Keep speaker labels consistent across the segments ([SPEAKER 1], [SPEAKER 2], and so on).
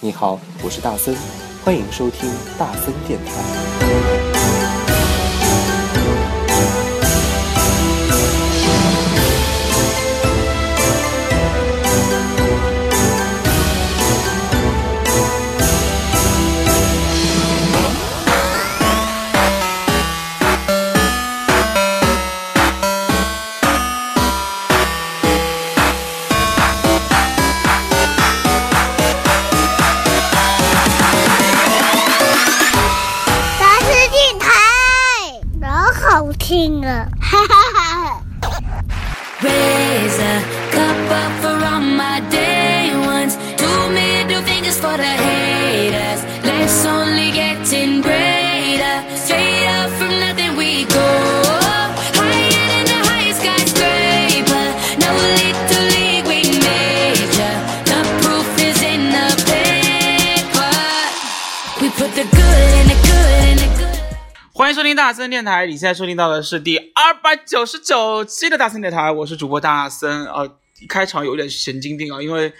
[SPEAKER 1] 你好，我是大森，欢迎收听大森电台。
[SPEAKER 2] 杂志电台，老好听啊了，哈哈哈。
[SPEAKER 3] Raise a cup up for all my day ones. Two middle fingers for the haters. Life's only getting greater. Straight up from nothing we go. Higher than the highest skyscraper. No little league we major. The proof is in the paper. We put the good in the good in the good.
[SPEAKER 4] 欢迎收听大森电台，你现在收听到的是第二百九十九期的大森电台，我是主播大森。呃，一开场有点神经病啊，因为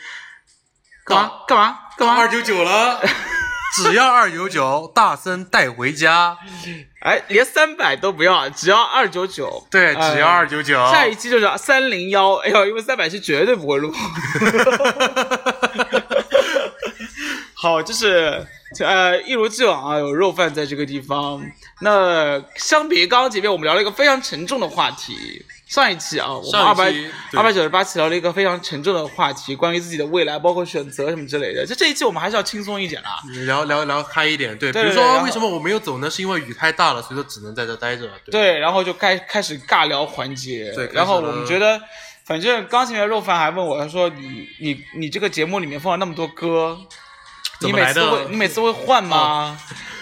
[SPEAKER 4] 干嘛干嘛干嘛
[SPEAKER 5] 二？九九了， 只要二九九，大森带回家。
[SPEAKER 4] 哎，连三百都不要，只要二九九。
[SPEAKER 5] 对，
[SPEAKER 4] 哎
[SPEAKER 5] 只要二。九九。
[SPEAKER 4] 下一期就是三零幺，哎呦，因为三百是绝对不会录。 好，就是呃，一如既往啊，有肉饭在这个地方。那相比刚刚前面，我们聊了一个非常沉重的话题。上一期啊，我们二
[SPEAKER 5] 上
[SPEAKER 4] 百
[SPEAKER 5] 一期
[SPEAKER 4] 二百
[SPEAKER 5] 对
[SPEAKER 4] 九十八期聊了一个非常沉重的话题，关于自己的未来，包括选择什么之类的。就这一期我们还是要轻松一点啦。
[SPEAKER 5] 聊聊聊嗨一点，对，
[SPEAKER 4] 对
[SPEAKER 5] 比如
[SPEAKER 4] 对然
[SPEAKER 5] 说
[SPEAKER 4] 后
[SPEAKER 5] 为什么我没有走呢？是因为雨太大了，所以说只能在这待着。对，
[SPEAKER 4] 对，然后就开开始尬聊环节
[SPEAKER 5] 对开。始
[SPEAKER 4] 然后
[SPEAKER 5] 了
[SPEAKER 4] 我们觉得，反正刚前面肉饭还问我，他说你你你这个节目里面放了那么多歌，
[SPEAKER 5] 怎
[SPEAKER 4] 你
[SPEAKER 5] 么
[SPEAKER 4] 每
[SPEAKER 5] 来
[SPEAKER 4] 次
[SPEAKER 5] 的哦
[SPEAKER 4] 会你每次会换吗？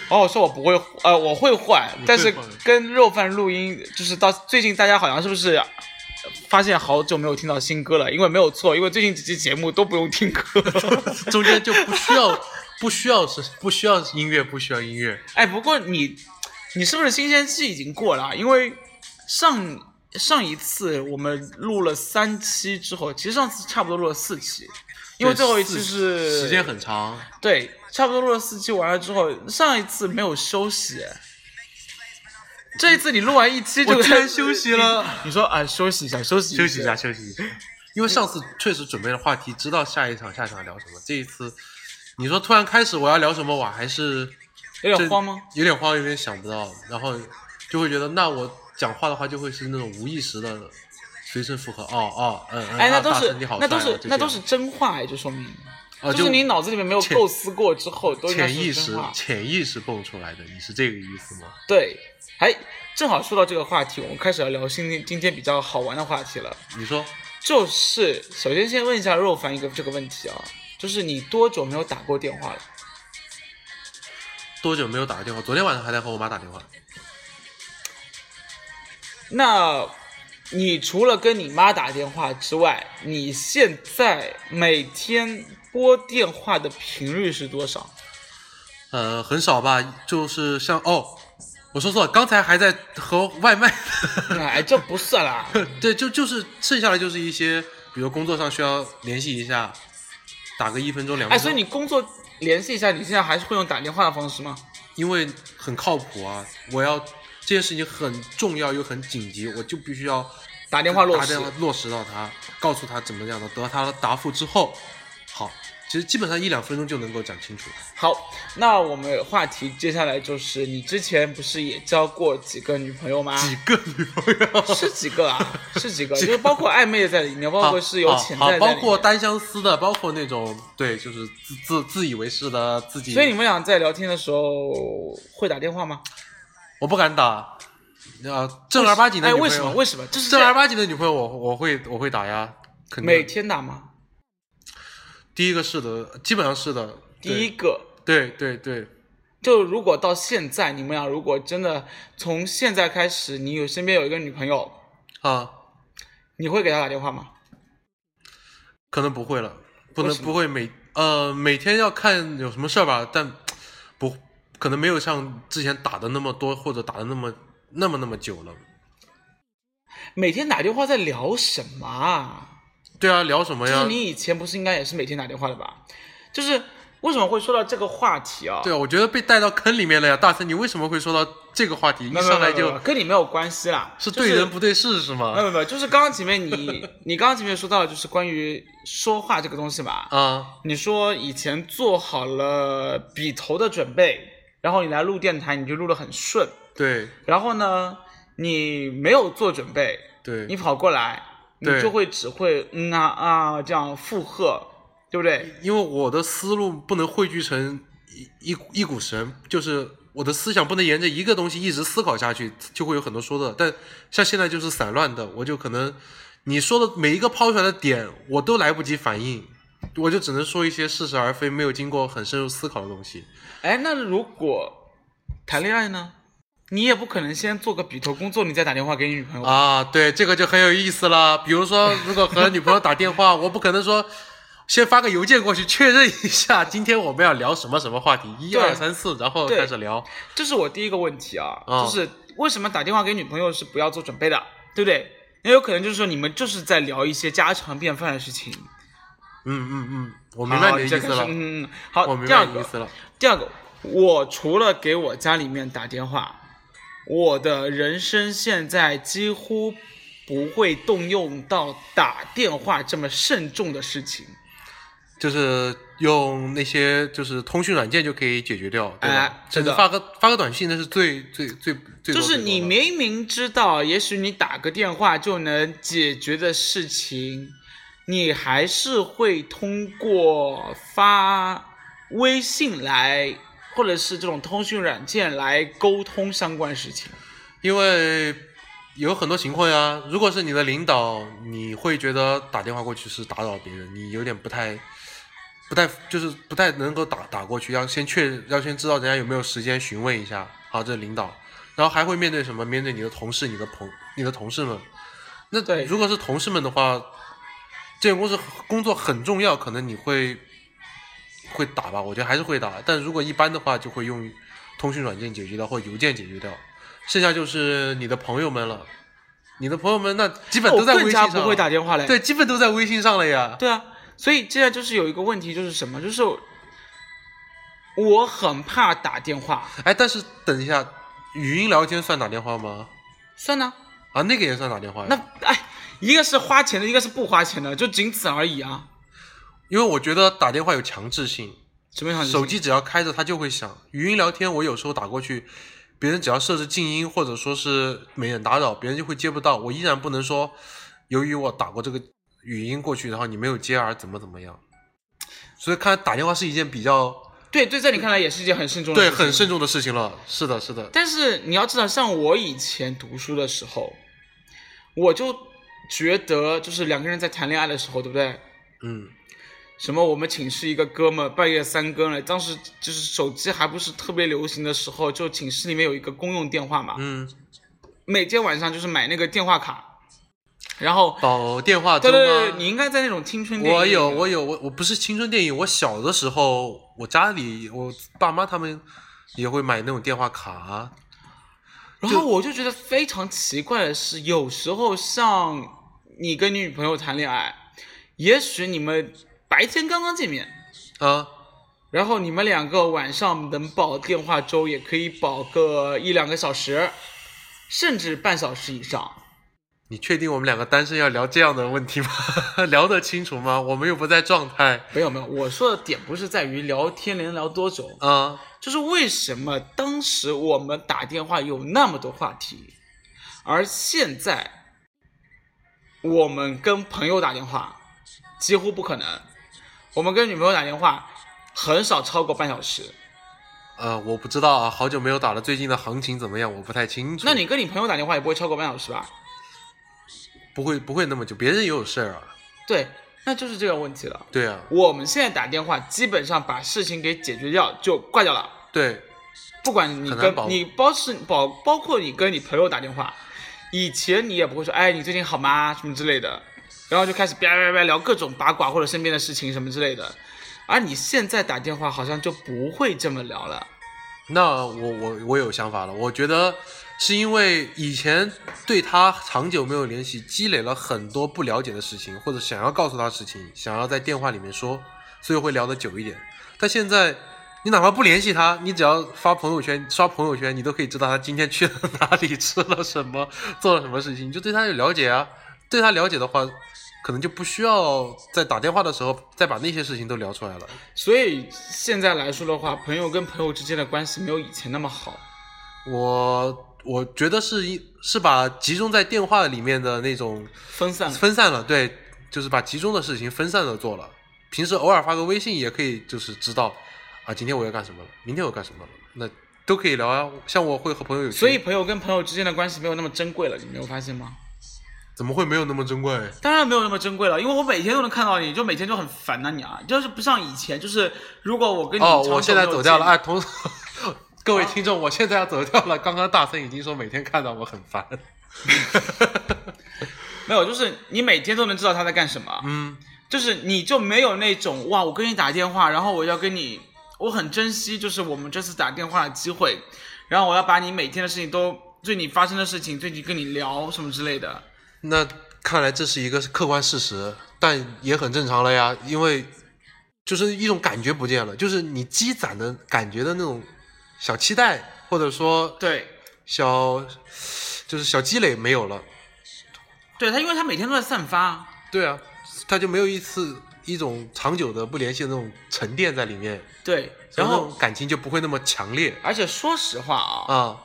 [SPEAKER 4] 然后我说我不会，呃，我会换，
[SPEAKER 5] 你会
[SPEAKER 4] 但是
[SPEAKER 5] 换
[SPEAKER 4] 跟肉饭录音，就是到最近大家好像是不是发现好久没有听到新歌了？因为没有错，因为最近几期节目都不用听歌。
[SPEAKER 5] 中间就不需要， 不需要是不需要音乐，不需要音乐。
[SPEAKER 4] 哎，不过你，你是不是新鲜期已经过了啊？因为上上一次我们录了三期之后，其实上次差不多录了四期，因为
[SPEAKER 5] 对
[SPEAKER 4] 最后一
[SPEAKER 5] 四
[SPEAKER 4] 期是
[SPEAKER 5] 时间很长，
[SPEAKER 4] 对，差不多录了四期完了之后，上一次没有休息。这一次你录完一期就
[SPEAKER 5] 我居然休息了
[SPEAKER 4] 你你说啊，休息一下，休息
[SPEAKER 5] 休息一下，，休息一下。因为上次确实准备了话题，知道下一场下一场聊什么。这一次，你说突然开始我要聊什么，我还是
[SPEAKER 4] 有
[SPEAKER 5] 这
[SPEAKER 4] 点慌吗？？
[SPEAKER 5] 有点慌，有点想不到，然后就会觉得，那我讲话的话就会是那种无意识的随声附和，哦哦，嗯嗯，
[SPEAKER 4] 哎，
[SPEAKER 5] 啊
[SPEAKER 4] 那都
[SPEAKER 5] 大
[SPEAKER 4] 是
[SPEAKER 5] 神你好
[SPEAKER 4] 那都
[SPEAKER 5] 帅啊
[SPEAKER 4] 是那都是，真话哎，就说明，
[SPEAKER 5] 啊
[SPEAKER 4] 就是
[SPEAKER 5] 就
[SPEAKER 4] 你脑子里面没有
[SPEAKER 5] 潜
[SPEAKER 4] 构思过之后，都
[SPEAKER 5] 这
[SPEAKER 4] 应该是
[SPEAKER 5] 些潜意识
[SPEAKER 4] 真话
[SPEAKER 5] 潜意识蹦出来的，你是这个意思吗？
[SPEAKER 4] 对，哎，正好说到这个话题，我们开始要聊今天今天比较好玩的话题了，
[SPEAKER 5] 你说
[SPEAKER 4] 就是首先先问一下肉凡一个这个问题啊，就是你多久没有打过电话了？
[SPEAKER 5] 多久没有打过电话？昨天晚上还在和我妈打电话，
[SPEAKER 4] 那你除了跟你妈打电话之外，你现在每天拨电话的频率是多少？
[SPEAKER 5] 呃，很少吧，就是像哦，我说错了，刚才还在和外卖。
[SPEAKER 4] 哎，这不算啦，
[SPEAKER 5] 对，就就是剩下的就是一些，比如工作上需要联系一下，打个一分钟两
[SPEAKER 4] 哎，
[SPEAKER 5] 分钟。
[SPEAKER 4] 所以你工作联系一下，你现在还是会用打电话的方式吗？
[SPEAKER 5] 因为很靠谱啊，我要这件事情很重要又很紧急，我就必须要
[SPEAKER 4] 打电话落
[SPEAKER 5] 打
[SPEAKER 4] 实
[SPEAKER 5] 电，话落实到他，告诉他怎么样的，得到他的答复之后，好，其实基本上一两分钟就能够讲 清楚。
[SPEAKER 4] 好，那我们话题接下来就是，你之前不是也交过几个女朋友吗？
[SPEAKER 5] 几个女朋 友，
[SPEAKER 4] 是几个 啊？是几个？就是包括暧昧的在里面，包括是有
[SPEAKER 5] 好
[SPEAKER 4] 潜
[SPEAKER 5] 好
[SPEAKER 4] 在在
[SPEAKER 5] 包
[SPEAKER 4] 里
[SPEAKER 5] 括
[SPEAKER 4] 面
[SPEAKER 5] 单相思的，包括那种对，就是自自自以为是的自己。
[SPEAKER 4] 所以你们俩在聊天的时候会打电话吗？
[SPEAKER 5] 我不敢打，呃，正儿八经的
[SPEAKER 4] 哎，
[SPEAKER 5] 女朋友，
[SPEAKER 4] 为什么？为什么？就是
[SPEAKER 5] 正
[SPEAKER 4] 这
[SPEAKER 5] 儿八经的女朋友我，我会我会打呀，肯定
[SPEAKER 4] 每天打吗？
[SPEAKER 5] 第一个是的，基本上是的，
[SPEAKER 4] 第一个，
[SPEAKER 5] 对对对对，
[SPEAKER 4] 就如果到现在，你们俩如果真的从现在开始，你有身边有一个女朋友，
[SPEAKER 5] 啊，
[SPEAKER 4] 你会给她打电话吗？
[SPEAKER 5] 可能不会了，不
[SPEAKER 4] 为
[SPEAKER 5] 能
[SPEAKER 4] 什么
[SPEAKER 5] 不会每呃每天要看有什么事儿吧，但不可能没有像之前打的那么多，或者打的那么那么那么久了。
[SPEAKER 4] 每天打电话在聊什么啊？
[SPEAKER 5] 对啊，聊什么
[SPEAKER 4] 就是
[SPEAKER 5] 呀？
[SPEAKER 4] 你以前不是应该也是每天打电话的吧？就是为什么会说到这个话题啊？
[SPEAKER 5] 对啊，我觉得被带到坑里面了呀，大森，你为什么会说到这个话题？一
[SPEAKER 4] 没有，
[SPEAKER 5] 上
[SPEAKER 4] 没
[SPEAKER 5] 来
[SPEAKER 4] 有没有
[SPEAKER 5] 就
[SPEAKER 4] 没有跟你没有关系啦，
[SPEAKER 5] 是
[SPEAKER 4] 就
[SPEAKER 5] 对人不对事是
[SPEAKER 4] 没
[SPEAKER 5] 吗？
[SPEAKER 4] 有没有，就是刚刚前面你你刚刚前面说到的就是关于说话这个东西嘛，
[SPEAKER 5] 啊，
[SPEAKER 4] 你说以前做好了笔头的准备，然后你来录电台，你就录得很顺，
[SPEAKER 5] 对
[SPEAKER 4] 然后呢，你没有做准备，
[SPEAKER 5] 对，
[SPEAKER 4] 你跑过来，你
[SPEAKER 5] 对
[SPEAKER 4] 就会只会嗯啊啊这样附和，对不对？
[SPEAKER 5] 因为我的思路不能汇聚成一一股一股绳，就是我的思想不能沿着一个东西一直思考下去，就会有很多说的。但像现在就是散乱的，我就可能你说的每一个抛出来的点，我都来不及反应，我就只能说一些似是而非、没有经过很深入思考的东西。
[SPEAKER 4] 哎，那如果谈恋爱呢？你也不可能先做个笔头工作，你再打电话给你女朋友吧。
[SPEAKER 5] 啊，对，这个就很有意思了。比如说，如果和女朋友打电话，我不可能说先发个邮件过去确认一下，今天我们要聊什么什么话题，一
[SPEAKER 4] 对
[SPEAKER 5] 二三四，然后
[SPEAKER 4] 对
[SPEAKER 5] 开始聊。
[SPEAKER 4] 这是我第一个问题啊，
[SPEAKER 5] 嗯
[SPEAKER 4] 就是为什么打电话给女朋友是不要做准备的，对不对？也有可能就是说你们就是在聊一些家常便饭的事情。
[SPEAKER 5] 嗯嗯嗯，我
[SPEAKER 4] 我
[SPEAKER 5] 明白你的意思了，
[SPEAKER 4] 嗯，嗯嗯好
[SPEAKER 5] 我，明
[SPEAKER 4] 第二
[SPEAKER 5] 白你
[SPEAKER 4] 个
[SPEAKER 5] 的意，思了。
[SPEAKER 4] 第二个，我除了给我家里面打电话，我的人生现在几乎不会动用到打电话这么慎重的事情。
[SPEAKER 5] 就是用那些就是通讯软件就可以解决掉，对吧？
[SPEAKER 4] 哎
[SPEAKER 5] 甚
[SPEAKER 4] 是
[SPEAKER 5] 至
[SPEAKER 4] 的
[SPEAKER 5] 发个发个短信，那是最最最
[SPEAKER 4] 就
[SPEAKER 5] 最多
[SPEAKER 4] 是
[SPEAKER 5] 最多
[SPEAKER 4] 你
[SPEAKER 5] 的
[SPEAKER 4] 明明知道，也许你打个电话就能解决的事情，你还是会通过发微信来，或者是这种通讯软件来沟通相关事情。
[SPEAKER 5] 因为有很多情况呀，如果是你的领导，你会觉得打电话过去是打扰别人，你有点不太、不太就是不太能够打打过去，要先确要先知道人家有没有时间询问一下，好，这是领导，然后还会面对什么？面对你的同事、你的朋、你的同事们。那
[SPEAKER 4] 对
[SPEAKER 5] 如果是同事们的话，这种公司工作很重要，可能你会会打吧，我觉得还是会打。但如果一般的话，就会用通讯软件解决掉，或者邮件解决掉。剩下就是你的朋友们了，你的朋友们那基本都在
[SPEAKER 4] 我
[SPEAKER 5] 微
[SPEAKER 4] 更
[SPEAKER 5] 信
[SPEAKER 4] 加
[SPEAKER 5] 上，
[SPEAKER 4] 不会打电话嘞。
[SPEAKER 5] 对，基本都在微信上了呀。
[SPEAKER 4] 对啊，所以现在就是有一个问题，就是什么？就是我很怕打电话，
[SPEAKER 5] 哎，但是等一下，语音聊天算打电话吗？
[SPEAKER 4] 算呢？
[SPEAKER 5] 啊，那个也算打电话呀。
[SPEAKER 4] 那哎，一个是花钱的，一个是不花钱的，就仅此而已啊。
[SPEAKER 5] 因为我觉得打电话有强制性，
[SPEAKER 4] 什么样的事情
[SPEAKER 5] 手机只要开着它就会响。语音聊天我有时候打过去，别人只要设置静音或者说是没人打扰，别人就会接不到。我依然不能说，由于我打过这个语音过去，然后你没有接而怎么怎么样。所以看来打电话是一件比较
[SPEAKER 4] 对对，在你看来也是一件很慎重的
[SPEAKER 5] 对
[SPEAKER 4] 事情
[SPEAKER 5] 很慎重的事情了。是的，是的，
[SPEAKER 4] 但是你要知道，像我以前读书的时候，我就觉得就是两个人在谈恋爱的时候，对不对？
[SPEAKER 5] 嗯，
[SPEAKER 4] 什么我们寝室一个哥们儿半夜三更了，当时就是手机还不是特别流行的时候，就寝室里面有一个公用电话嘛，
[SPEAKER 5] 嗯，
[SPEAKER 4] 每天晚上就是买那个电话卡，然后
[SPEAKER 5] 保电话
[SPEAKER 4] 对
[SPEAKER 5] 粥
[SPEAKER 4] 对对，
[SPEAKER 5] 吗？
[SPEAKER 4] 你应该在那种青春电影
[SPEAKER 5] 我
[SPEAKER 4] 里面
[SPEAKER 5] 有，我有，我我不是青春电影，我小的时候，我家里我爸妈他们也会买那种电话卡，
[SPEAKER 4] 然后我就觉得非常奇怪的是，有时候像你跟你女朋友谈恋爱，也许你们白天刚刚见面，
[SPEAKER 5] 啊，
[SPEAKER 4] 然后你们两个晚上能煲电话粥，也可以煲个一两个小时，甚至半小时以上。
[SPEAKER 5] 你确定我们两个单身要聊这样的问题吗？ 聊得清楚吗？我们又不在状态
[SPEAKER 4] 没有没有，我说的点不是在于聊天能聊多久，
[SPEAKER 5] 啊，
[SPEAKER 4] 就是为什么当时我们打电话有那么多话题，而现在我们跟朋友打电话几乎不可能，我们跟女朋友打电话很少超过半小时。
[SPEAKER 5] 呃，我不知道啊，好久没有打了，最近的行情怎么样？我不太清楚。
[SPEAKER 4] 那你跟你朋友打电话也不会超过半小时吧？
[SPEAKER 5] 不会不会那么久，别人也有事儿啊。
[SPEAKER 4] 对，那就是这个问题了。
[SPEAKER 5] 对啊，
[SPEAKER 4] 我们现在打电话基本上把事情给解决掉就挂掉了。
[SPEAKER 5] 对，
[SPEAKER 4] 不管你
[SPEAKER 5] 很
[SPEAKER 4] 跟
[SPEAKER 5] 难保
[SPEAKER 4] 你包是包包括你跟你朋友打电话，以前你也不会说，哎，你最近好吗？什么之类的，然后就开始叭叭叭聊各种八卦或者身边的事情什么之类的，而你现在打电话好像就不会这么聊了。
[SPEAKER 5] 那我我我有想法了，我觉得是因为以前对他长久没有联系，积累了很多不了解的事情，或者想要告诉他的事情，想要在电话里面说，所以会聊得久一点。但现在你哪怕不联系他，你只要发朋友圈、刷朋友圈，你都可以知道他今天去了哪里、吃了什么、做了什么事情，你就对他有了解啊。对他了解的话，可能就不需要在打电话的时候再把那些事情都聊出来了。
[SPEAKER 4] 所以现在来说的话，朋友跟朋友之间的关系没有以前那么好。
[SPEAKER 5] 我我觉得是一是把集中在电话里面的那种
[SPEAKER 4] 分散了，
[SPEAKER 5] 分散了，对，就是把集中的事情分散的做了。平时偶尔发个微信也可以，就是知道啊，今天我要干什么了，明天我要干什么了，那都可以聊啊。像我会和朋友有群，
[SPEAKER 4] 所以朋友跟朋友之间的关系没有那么珍贵了，你没有发现吗？
[SPEAKER 5] 怎么会没有那么珍贵？
[SPEAKER 4] 当然没有那么珍贵了，因为我每天都能看到你，就每天就很烦呐、你啊，就是不像以前，就是如果我跟你
[SPEAKER 5] 哦，
[SPEAKER 4] 长久
[SPEAKER 5] 我现在
[SPEAKER 4] 没有
[SPEAKER 5] 走掉了
[SPEAKER 4] 见
[SPEAKER 5] 啊，同 各位听众，我现在要走掉了。刚刚大森已经说每天看到我很烦，
[SPEAKER 4] 没有，就是你每天都能知道他在干什么，
[SPEAKER 5] 嗯，
[SPEAKER 4] 就是你就没有那种哇，我跟你打电话，然后我要跟你，我很珍惜就是我们这次打电话的机会，然后我要把你每天的事情都对你发生的事情，对你跟你聊什么之类的，
[SPEAKER 5] 那看来这是一个客观事实，但也很正常了呀，因为就是一种感觉不见了，就是你积攒的感觉的那种小期待，或者说
[SPEAKER 4] 对，
[SPEAKER 5] 小就是小积累没有了。
[SPEAKER 4] 对他，因为他每天都在散发，
[SPEAKER 5] 对啊，他就没有一次一种长久的不联系的那种沉淀在里面，
[SPEAKER 4] 对，
[SPEAKER 5] 所
[SPEAKER 4] 然
[SPEAKER 5] 以那种
[SPEAKER 4] 后
[SPEAKER 5] 感情就不会那么强烈
[SPEAKER 4] 而且说实话啊，
[SPEAKER 5] 啊。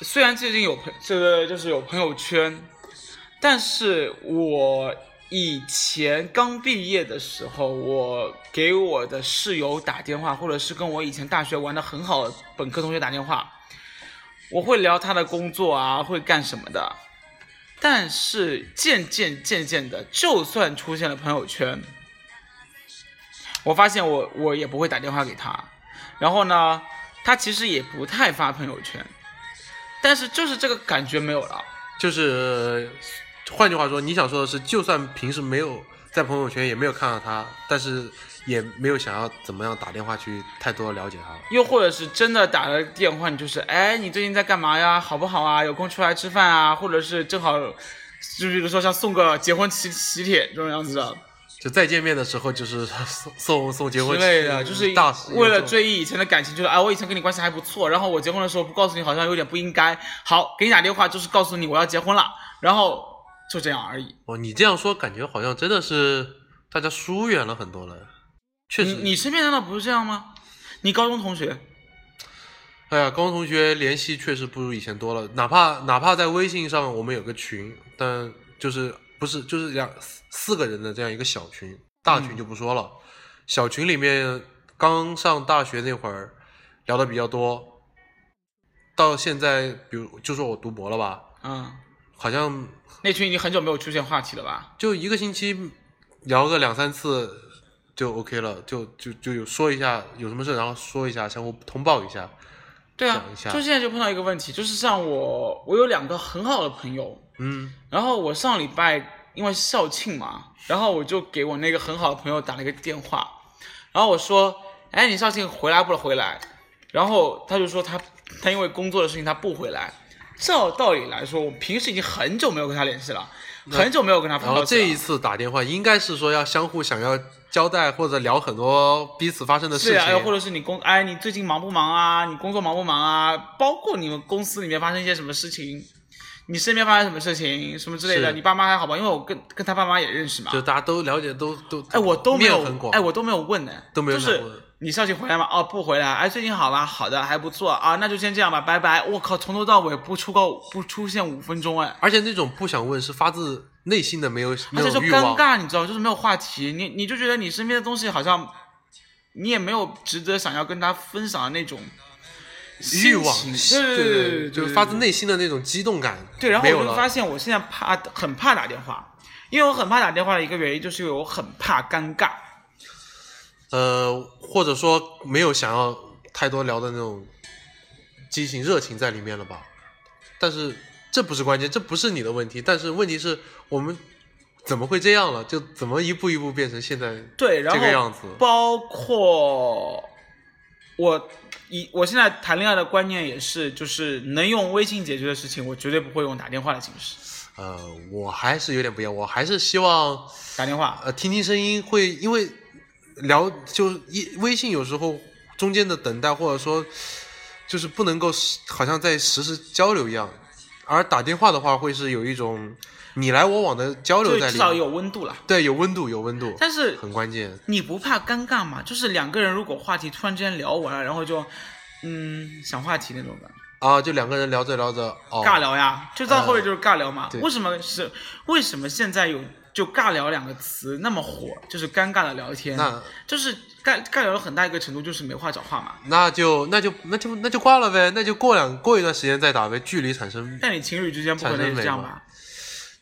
[SPEAKER 4] 虽然最近有朋这个就是有朋友圈，但是我以前刚毕业的时候，我给我的室友打电话，或者是跟我以前大学玩的很好的本科同学打电话，我会聊他的工作啊，会干什么的。但是渐渐渐渐的，就算出现了朋友圈，我发现我我也不会打电话给他，然后呢，他其实也不太发朋友圈。但是就是这个感觉没有了。
[SPEAKER 5] 就是换句话说，你想说的是，就算平时没有在朋友圈也没有看到他，但是也没有想要怎么样打电话去太多地了解他了。
[SPEAKER 4] 又或者是真的打了电话，你就是哎，你最近在干嘛呀？好不好啊？有空出来吃饭啊？或者是正好，就比如说像送个结婚喜喜帖这种样子的
[SPEAKER 5] 就再见面的时候，就是送送送结
[SPEAKER 4] 之
[SPEAKER 5] 婚嗯
[SPEAKER 4] 类的，就是
[SPEAKER 5] 大
[SPEAKER 4] 为了追忆以前的感情，就是哎，我以前跟你关系还不错，然后我结婚的时候不告诉你，好像有点不应该。好，给你打电话就是告诉你我要结婚了，然后就这样而已。
[SPEAKER 5] 哦。你这样说，感觉好像真的是大家疏远了很多了。确
[SPEAKER 4] 你
[SPEAKER 5] 实，
[SPEAKER 4] 你身边难道不是这样吗？你高中同学，
[SPEAKER 5] 哎呀，高中同学联系确实不如以前多了，哪怕哪怕在微信上我们有个群，但就是不是就是两四四个人的这样一个小群，大群就不说了。小群里面刚上大学那会儿聊的比较多，到现在，比如就说我读博了吧，
[SPEAKER 4] 嗯，
[SPEAKER 5] 好像
[SPEAKER 4] 那群已经很久没有出现话题了吧？
[SPEAKER 5] 就一个星期聊个两三次就 OK 了，就就就有说一下有什么事，然后说一下，相互通报一下。
[SPEAKER 4] 对啊
[SPEAKER 5] 讲一，下
[SPEAKER 4] 就现在就碰到一个问题，就是像我，我有两个很好的朋友，
[SPEAKER 5] 嗯，
[SPEAKER 4] 然后我上礼拜因为校庆嘛，然后我就给我那个很好的朋友打了一个电话，然后我说，哎，你校庆回来不回来？然后他就说他他因为工作的事情他不回来。照道理来说，我平时已经很久没有跟他联系了，很久没有跟他发消息
[SPEAKER 5] 然后
[SPEAKER 4] 了。
[SPEAKER 5] 这一次打电话应该是说要相互想要交代或者聊很多彼此发生的
[SPEAKER 4] 是
[SPEAKER 5] 事情，
[SPEAKER 4] 啊，又或者是你工哎，你最近忙不忙啊？你工作忙不忙啊？包括你们公司里面发生一些什么事情，你身边发生什么事情，什么之类的，
[SPEAKER 5] 是
[SPEAKER 4] 你爸妈还好吧？因为我跟跟他爸妈也认识嘛。
[SPEAKER 5] 就大家都了解都都
[SPEAKER 4] 哎，我都没
[SPEAKER 5] 面
[SPEAKER 4] 有
[SPEAKER 5] 很，广，
[SPEAKER 4] 哎，我都没有问呢，
[SPEAKER 5] 都没有
[SPEAKER 4] 就
[SPEAKER 5] 想
[SPEAKER 4] 是
[SPEAKER 5] 过
[SPEAKER 4] 你消息回来吗？哦，不回来。哎，最近好吗？好的，还不错啊，那就先这样吧，拜拜。我靠，从头到尾不出个不出现五分钟哎，
[SPEAKER 5] 而且那种不想问是发自内心的，没有没
[SPEAKER 4] 而且
[SPEAKER 5] 有
[SPEAKER 4] 就
[SPEAKER 5] 欲
[SPEAKER 4] 尴
[SPEAKER 5] 望，
[SPEAKER 4] 尬，你知道，就是没有话题，你你就觉得你身边的东西好像你也没有值得想要跟他分享的那种心
[SPEAKER 5] 欲望
[SPEAKER 4] 情对对对
[SPEAKER 5] 对
[SPEAKER 4] 对，
[SPEAKER 5] 就是
[SPEAKER 4] 对
[SPEAKER 5] 发自内心的那种激动感，
[SPEAKER 4] 对，然后
[SPEAKER 5] 没有
[SPEAKER 4] 我就
[SPEAKER 5] 了
[SPEAKER 4] 发现我现在怕很怕打电话，因为我很怕打电话的一个原因就是因为我很怕尴尬。
[SPEAKER 5] 呃，或者说没有想要太多聊的那种激情热情在里面了吧？但是这不是关键，这不是你的问题。但是问题是我们怎么会这样了？就怎么一步一步变成现在
[SPEAKER 4] 对，然后
[SPEAKER 5] 这个样子？
[SPEAKER 4] 包括我以我现在谈恋爱的观念也是，就是能用微信解决的事情，我绝对不会用打电话的形式
[SPEAKER 5] 呃，我还是有点不一样，我还是希望
[SPEAKER 4] 打电话。
[SPEAKER 5] 呃听听声音会，因为聊就是一微信有时候中间的等待或者说就是不能够实好像在实时交流一样，而打电话的话会是有一种你来我往的交流
[SPEAKER 4] 就
[SPEAKER 5] 在
[SPEAKER 4] 至
[SPEAKER 5] 里
[SPEAKER 4] 少
[SPEAKER 5] 面，
[SPEAKER 4] 有温度了。
[SPEAKER 5] 对，有温度，有温度，
[SPEAKER 4] 但是
[SPEAKER 5] 很关键。
[SPEAKER 4] 你不怕尴尬吗？就是两个人如果话题突然之间聊完了，然后就嗯想话题那种的，
[SPEAKER 5] 啊，就两个人聊着聊着，哦，呃
[SPEAKER 4] 尬聊呀，就到后面就是尬聊嘛。
[SPEAKER 5] 对
[SPEAKER 4] 为什么是为什么现在有就尬聊两个词那么火？就是尴尬的聊天
[SPEAKER 5] 那，
[SPEAKER 4] 就是尬尬聊有很大一个程度就是没话找话嘛。
[SPEAKER 5] 那就那就那就那就挂了呗，那就过两过一段时间再打呗，距离产生
[SPEAKER 4] 但你情侣之间不可能也是这样吧？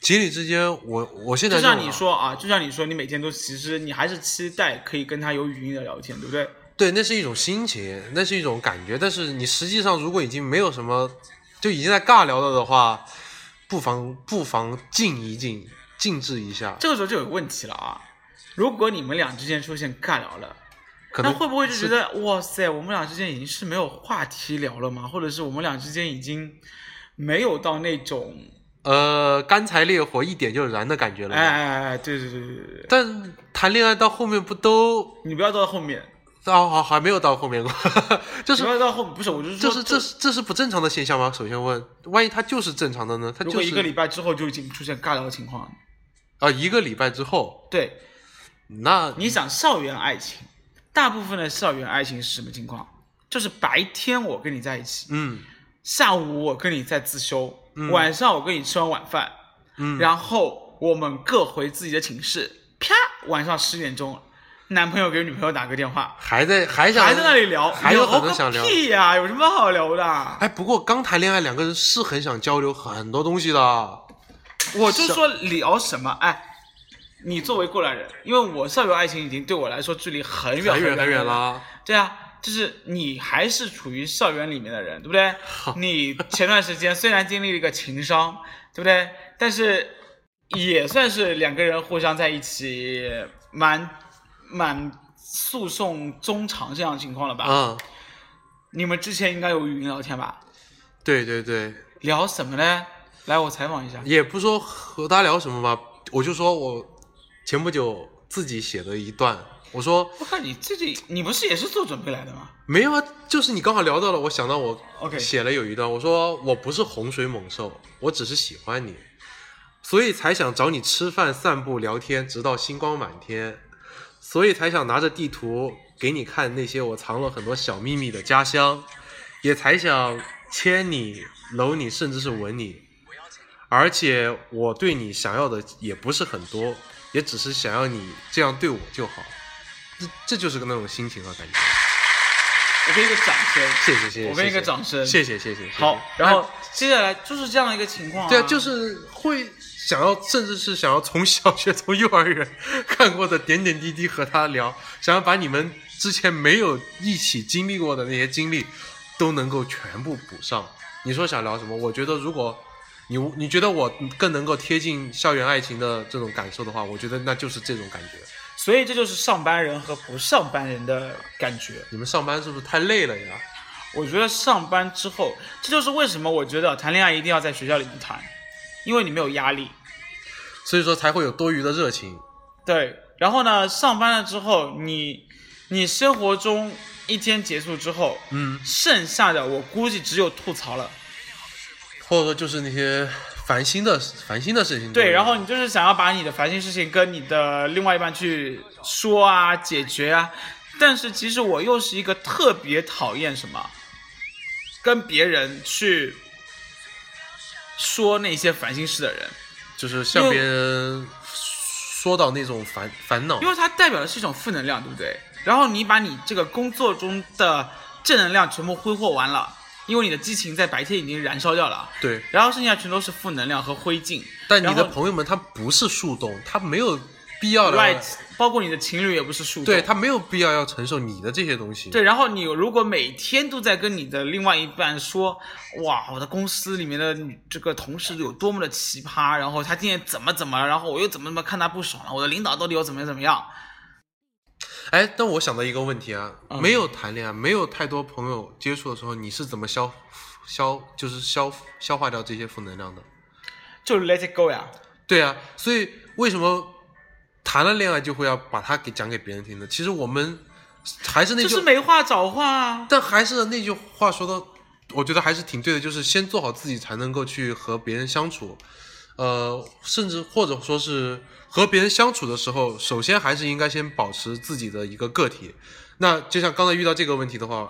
[SPEAKER 5] 情侣之间，我我现在
[SPEAKER 4] 就像
[SPEAKER 5] 这种
[SPEAKER 4] 你
[SPEAKER 5] 啊
[SPEAKER 4] 说啊，就像你说，你每天都其实你还是期待可以跟他有语音的聊天，对不对？
[SPEAKER 5] 对，那是一种心情，那是一种感觉。但是你实际上如果已经没有什么，就已经在尬聊了的话，不妨不妨静一静，静置一下，
[SPEAKER 4] 这个时候就有问题了啊！如果你们俩之间出现尬聊了，
[SPEAKER 5] 可
[SPEAKER 4] 那
[SPEAKER 5] 能
[SPEAKER 4] 会不会就觉
[SPEAKER 5] 是
[SPEAKER 4] 得哇塞，我们俩之间已经是没有话题聊了吗？或者是我们俩之间已经没有到那种
[SPEAKER 5] 呃干柴烈火一点就燃的感觉了
[SPEAKER 4] 哎
[SPEAKER 5] 吗？
[SPEAKER 4] 哎哎哎，对对对对对对，
[SPEAKER 5] 但谈恋爱到后面不都
[SPEAKER 4] 你不要到后面，
[SPEAKER 5] 到好、还没有到后面过， 就
[SPEAKER 4] 你
[SPEAKER 5] 是
[SPEAKER 4] 不要到后面，不是，我就是
[SPEAKER 5] 这
[SPEAKER 4] 说，
[SPEAKER 5] 是这是这是不正常的现象吗？首先问，万一他就是正常的呢？他
[SPEAKER 4] 如
[SPEAKER 5] 就
[SPEAKER 4] 果
[SPEAKER 5] 是
[SPEAKER 4] 一个礼拜之后就已经出现尬聊的情况，
[SPEAKER 5] 啊、一个礼拜之后，
[SPEAKER 4] 对，
[SPEAKER 5] 那
[SPEAKER 4] 你想校园爱情，大部分的校园爱情是什么情况？就是白天我跟你在一起，
[SPEAKER 5] 嗯
[SPEAKER 4] 下午我跟你在自修，晚上我跟你吃完晚饭，
[SPEAKER 5] 嗯
[SPEAKER 4] 然后我们各回自己的寝室，啪，晚上十点钟，男朋友给女朋友打个电话，
[SPEAKER 5] 还在还想
[SPEAKER 4] 还在那里聊，
[SPEAKER 5] 还有很
[SPEAKER 4] 聊
[SPEAKER 5] 多想
[SPEAKER 4] 个
[SPEAKER 5] 聊。
[SPEAKER 4] 屁呀、有什么好聊的？
[SPEAKER 5] 哎，不过刚谈恋爱，两个人是很想交流很多东西的。
[SPEAKER 4] 我就说聊什么？哎，你作为过来人，因为我校园爱情已经对我来说距离很远
[SPEAKER 5] 很远
[SPEAKER 4] 很
[SPEAKER 5] 很远
[SPEAKER 4] 了。
[SPEAKER 5] 啦，
[SPEAKER 4] 对啊，就是你还是处于校园里面的人，对不 对？你前段时间虽然经历了一个情伤，对不对？但是也算是两个人互相在一起蛮蛮诉讼衷肠这样的情况了吧？
[SPEAKER 5] 嗯，
[SPEAKER 4] 你们之前应该有语音聊天吧？
[SPEAKER 5] 对对对，
[SPEAKER 4] 聊什么呢？来，我采访一下。
[SPEAKER 5] 也不说和他聊什么吧，我就说我前不久自己写的一段，我说
[SPEAKER 4] 我看你自己，你不是也是做准备来的吗？
[SPEAKER 5] 没有啊，就是你刚好聊到了，我想到我
[SPEAKER 4] OK
[SPEAKER 5] 写了有一段，我说我不是洪水猛兽，我只是喜欢你，所以才想找你吃饭、散步、聊天，直到星光满天，所以才想拿着地图给你看那些我藏了很多小秘密的家乡，也才想牵你、搂你，甚至是吻你，而且我对你想要的也不是很多，也只是想要你这样对我就好，这这就是个那种心情啊，感觉。
[SPEAKER 4] 我给你个掌声。
[SPEAKER 5] 谢谢谢谢，
[SPEAKER 4] 我给你
[SPEAKER 5] 谢
[SPEAKER 4] 个
[SPEAKER 5] 谢
[SPEAKER 4] 掌声
[SPEAKER 5] 谢谢谢谢。谢谢
[SPEAKER 4] 好，然后接下来就是这样的一个情况、
[SPEAKER 5] 对啊，就是会想要，甚至是想要从小学、 从幼儿园看过的点点滴滴和他聊，想要把你们之前没有一起经历过的那些经历，都能够全部补上。你说想聊什么？我觉得如果你你觉得我更能够贴近校园爱情的这种感受的话，我觉得那就是这种感觉。
[SPEAKER 4] 所以这就是上班人和不上班人的感觉。
[SPEAKER 5] 你们上班是不是太累了呀？
[SPEAKER 4] 我觉得上班之后，这就是为什么我觉得谈恋爱一定要在学校里面谈，因为你没有压力。
[SPEAKER 5] 所以说才会有多余的热情。
[SPEAKER 4] 对，然后呢，上班了之后，你你生活中一天结束之后，
[SPEAKER 5] 嗯，
[SPEAKER 4] 剩下的我估计只有吐槽了。
[SPEAKER 5] 或者说就是那些烦心的烦心的事情。
[SPEAKER 4] 对，然后你就是想要把你的烦心事情跟你的另外一半去说啊、解决啊，但是其实我又是一个特别讨厌什么，跟别人去说那些烦心事的人，
[SPEAKER 5] 就是向别人说到那种烦烦恼
[SPEAKER 4] 因，为它代表的是一种负能量，对不对？然后你把你这个工作中的正能量全部挥霍完了，因为你的激情在白天已经燃烧掉了，
[SPEAKER 5] 对。
[SPEAKER 4] 然后剩下全都是负能量和灰烬。
[SPEAKER 5] 但你
[SPEAKER 4] 然
[SPEAKER 5] 的
[SPEAKER 4] 后
[SPEAKER 5] 朋友们他不是树洞，他没有必要来
[SPEAKER 4] right，包括你的情侣也不是树洞，
[SPEAKER 5] 对他没有必要要承受你的这些东西。
[SPEAKER 4] 对，然后你如果每天都在跟你的另外一半说，哇，我的公司里面的女这个同事有多么的奇葩，然后他今天怎么怎么，然后我又怎么怎么看他不爽了，我的领导到底又怎么怎么样？
[SPEAKER 5] 哎，但我想到一个问题啊，
[SPEAKER 4] 嗯
[SPEAKER 5] 没有谈恋爱，没有太多朋友接触的时候，你是怎么消消就是消消化掉这些负能量的？
[SPEAKER 4] 就 let it go 呀，
[SPEAKER 5] 对啊，所以为什么谈了恋爱就会要把它给讲给别人听的。其实我们还是那
[SPEAKER 4] 就
[SPEAKER 5] 句，
[SPEAKER 4] 是没话找话啊。
[SPEAKER 5] 但还是那句话说的，我觉得还是挺对的，就是先做好自己，才能够去和别人相处。呃，甚至或者说是和别人相处的时候，首先还是应该先保持自己的一个个体。那就像刚才遇到这个问题的话，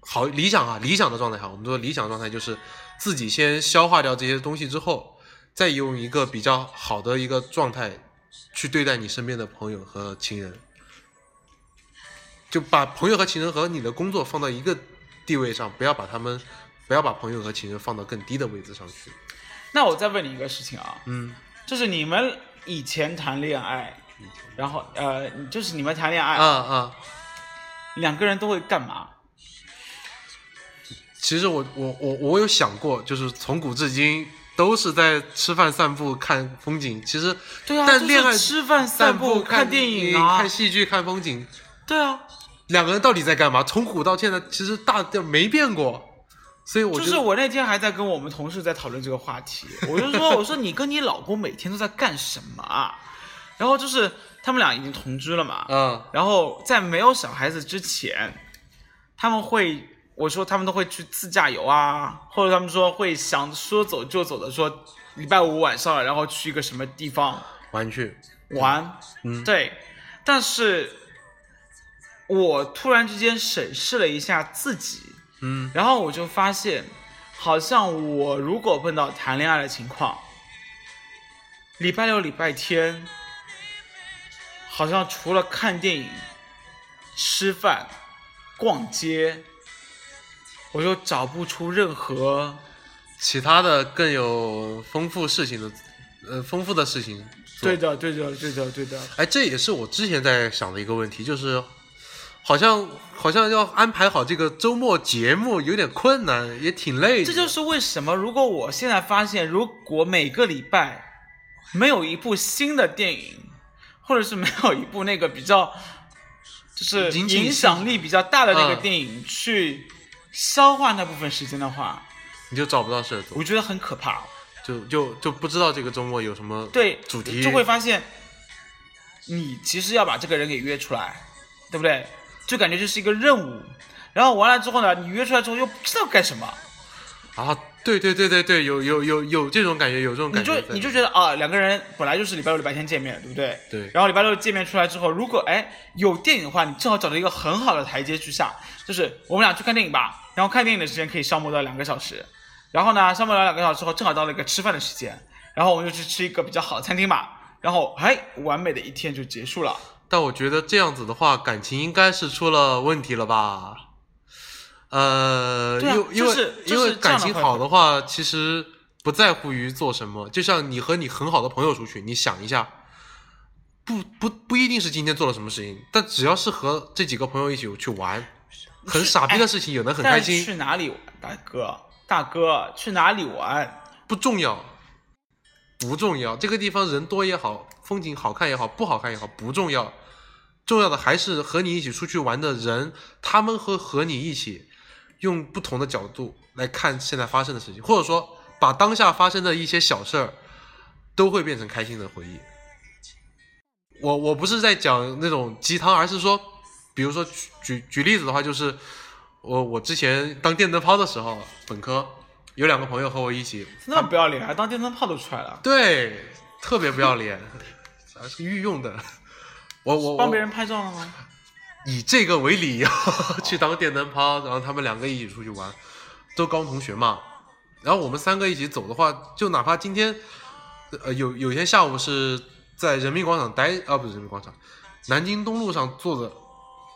[SPEAKER 5] 好理想啊，理想的状态哈，我们说理想状态就是自己先消化掉这些东西之后，再用一个比较好的一个状态去对待你身边的朋友和情人，就把朋友和情人和你的工作放到一个地位上，不要把他们，不要把朋友和情人放到更低的位置上去。
[SPEAKER 4] 那我再问你一个事情啊，
[SPEAKER 5] 嗯，
[SPEAKER 4] 就是你们以前谈恋爱，然后呃，就是你们谈恋爱，
[SPEAKER 5] 啊啊，
[SPEAKER 4] 两个人都会干嘛？
[SPEAKER 5] 其实我我我我有想过，就是从古至今都是在吃饭、散步、看风景。其实，
[SPEAKER 4] 对啊，
[SPEAKER 5] 但恋
[SPEAKER 4] 就
[SPEAKER 5] 爱、
[SPEAKER 4] 是吃饭、散
[SPEAKER 5] 散
[SPEAKER 4] 步、
[SPEAKER 5] 看
[SPEAKER 4] 电影啊，
[SPEAKER 5] 看戏剧、看风景，
[SPEAKER 4] 对啊，
[SPEAKER 5] 两个人到底在干嘛？从古到现在，其实大调没变过。所以我
[SPEAKER 4] 就
[SPEAKER 5] 觉
[SPEAKER 4] 是
[SPEAKER 5] 得
[SPEAKER 4] 我那天还在跟我们同事在讨论这个话题，我就说，我说你跟你老公每天都在干什么啊？然后就是他们俩已经同居了嘛，
[SPEAKER 5] 啊
[SPEAKER 4] 然后在没有小孩子之前，他们会，我说他们都会去自驾游啊，或者他们说会想说走就走的说，礼拜五晚上然后去一个什么地方
[SPEAKER 5] 玩去，
[SPEAKER 4] 玩，
[SPEAKER 5] 嗯
[SPEAKER 4] 对，但是我突然之间审视了一下自己，
[SPEAKER 5] 嗯
[SPEAKER 4] 然后我就发现，好像我如果碰到谈恋爱的情况，礼拜六、礼拜天，好像除了看电影、吃饭、逛街，我就找不出任何
[SPEAKER 5] 其他的更有丰富事情的，呃，丰富的事情。
[SPEAKER 4] 对的、对的、对的、对的。
[SPEAKER 5] 哎，这也是我之前在想的一个问题，就是好像好像要安排好这个周末节目有点困难，也挺累的。
[SPEAKER 4] 这就是为什么，如果我现在发现，如果每个礼拜没有一部新的电影，或者是没有一部那个比较就是
[SPEAKER 5] 引嗯起
[SPEAKER 4] 影响力比较大的那个电影去消化那部分时间的话，
[SPEAKER 5] 你就找不到事儿做
[SPEAKER 4] 我，觉得很可怕。
[SPEAKER 5] 就就就不知道这个周末有什么
[SPEAKER 4] 对，
[SPEAKER 5] 主题
[SPEAKER 4] 就会发现，你其实要把这个人给约出来，对不对？就感觉这是一个任务，然后完了之后呢，你约出来之后又不知道干什么。
[SPEAKER 5] 啊，对对对对对，有有有有这种感觉，有这种
[SPEAKER 4] 你
[SPEAKER 5] 感
[SPEAKER 4] 就
[SPEAKER 5] 觉
[SPEAKER 4] 你就
[SPEAKER 5] 在
[SPEAKER 4] 觉得啊，两个人本来就是礼拜六、礼拜天见面，对不对？
[SPEAKER 5] 对
[SPEAKER 4] 然后礼拜六见面出来之后，如果哎有电影的话，你正好找到一个很好的台阶去下，就是我们俩去看电影吧。然后看电影的时间可以消磨掉两个小时，然后呢，消磨掉两个小时之后，正好到了一个吃饭的时间，然后我们就去吃一个比较好的餐厅吧。然后哎，完美的一天就结束了。
[SPEAKER 5] 但我觉得这样子的话，感情应该是出了问题了吧？呃，
[SPEAKER 4] 对啊
[SPEAKER 5] 因为因
[SPEAKER 4] 就
[SPEAKER 5] 为、
[SPEAKER 4] 是就是
[SPEAKER 5] 因为
[SPEAKER 4] 这样的
[SPEAKER 5] 感情
[SPEAKER 4] 话
[SPEAKER 5] 好的话，其实不在乎于做什么。就像你和你很好的朋友出去，你想一下，不不不一定是今天做了什么事情，但只要是和这几个朋友一起去玩，很傻逼的事情也能很开
[SPEAKER 4] 哎但是去
[SPEAKER 5] 心，
[SPEAKER 4] 哪里玩，大哥？大哥，去哪里玩？
[SPEAKER 5] 不重要，不重要。这个地方人多也好，风景好看也好，不好看也好，不重要。重要的还是和你一起出去玩的人，他们和和你一起用不同的角度来看现在发生的事情，或者说把当下发生的一些小事儿都会变成开心的回忆。我我不是在讲那种鸡汤，而是说，比如说举举举例子的话，就是我我之前当电灯泡的时候，本科有两个朋友和我一起，
[SPEAKER 4] 那么不要脸，还当电灯泡都出来了，
[SPEAKER 5] 对，特别不要脸，还是御用的。我我
[SPEAKER 4] 帮
[SPEAKER 5] 我
[SPEAKER 4] 别人拍照了吗？
[SPEAKER 5] 以这个为理由去当电灯泡，然后他们两个一起出去玩，都高中同学嘛。然后我们三个一起走的话，就哪怕今天，呃，有有一天下午是在人民广场待，啊，不是人民广场，南京东路上坐着，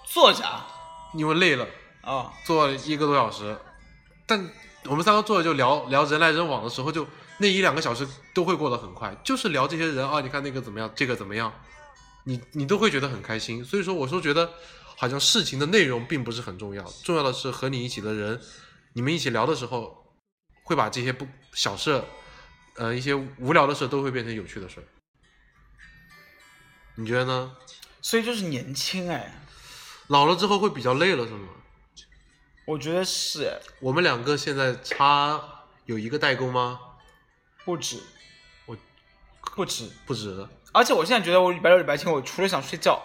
[SPEAKER 4] 作家啊。
[SPEAKER 5] 因为累了，
[SPEAKER 4] 哦
[SPEAKER 5] 坐了一个多小时。但我们三个坐着就聊聊人来人往的时候就，那一两个小时都会过得很快，就是聊这些人啊，你看那个怎么样，这个怎么样，你你都会觉得很开心。所以说，我说觉得好像事情的内容并不是很重要，重要的是和你一起的人，你们一起聊的时候，会把这些不小事，呃，一些无聊的事都会变成有趣的事。你觉得呢？
[SPEAKER 4] 所以就是年轻哎，
[SPEAKER 5] 老了之后会比较累了，是吗？
[SPEAKER 4] 我觉得是
[SPEAKER 5] 我们两个现在差有一个代沟吗？
[SPEAKER 4] 不止，
[SPEAKER 5] 我
[SPEAKER 4] 不值。
[SPEAKER 5] 不值。
[SPEAKER 4] 而且我现在觉得我礼拜六、礼拜天，我除了想睡觉，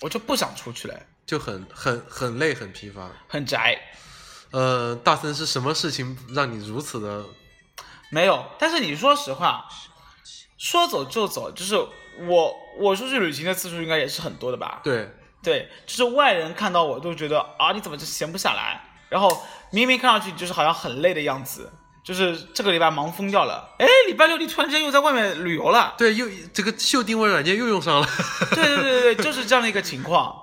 [SPEAKER 4] 我就不想出去了，
[SPEAKER 5] 就很很很累，很疲乏。
[SPEAKER 4] 很宅。
[SPEAKER 5] 呃，大森是什么事情让你如此的？
[SPEAKER 4] 没有，但是你说实话，说走就走，就是我我出去旅行的次数应该也是很多的吧？
[SPEAKER 5] 对，
[SPEAKER 4] 对，就是外人看到我都觉得啊，你怎么就闲不下来？然后明明看上去就是好像很累的样子，就是这个礼拜忙疯掉了，哎，礼拜六你突然间又在外面旅游了，
[SPEAKER 5] 对，又这个秀定位软件又用上了。
[SPEAKER 4] 对对对对对，就是这样的一个情况。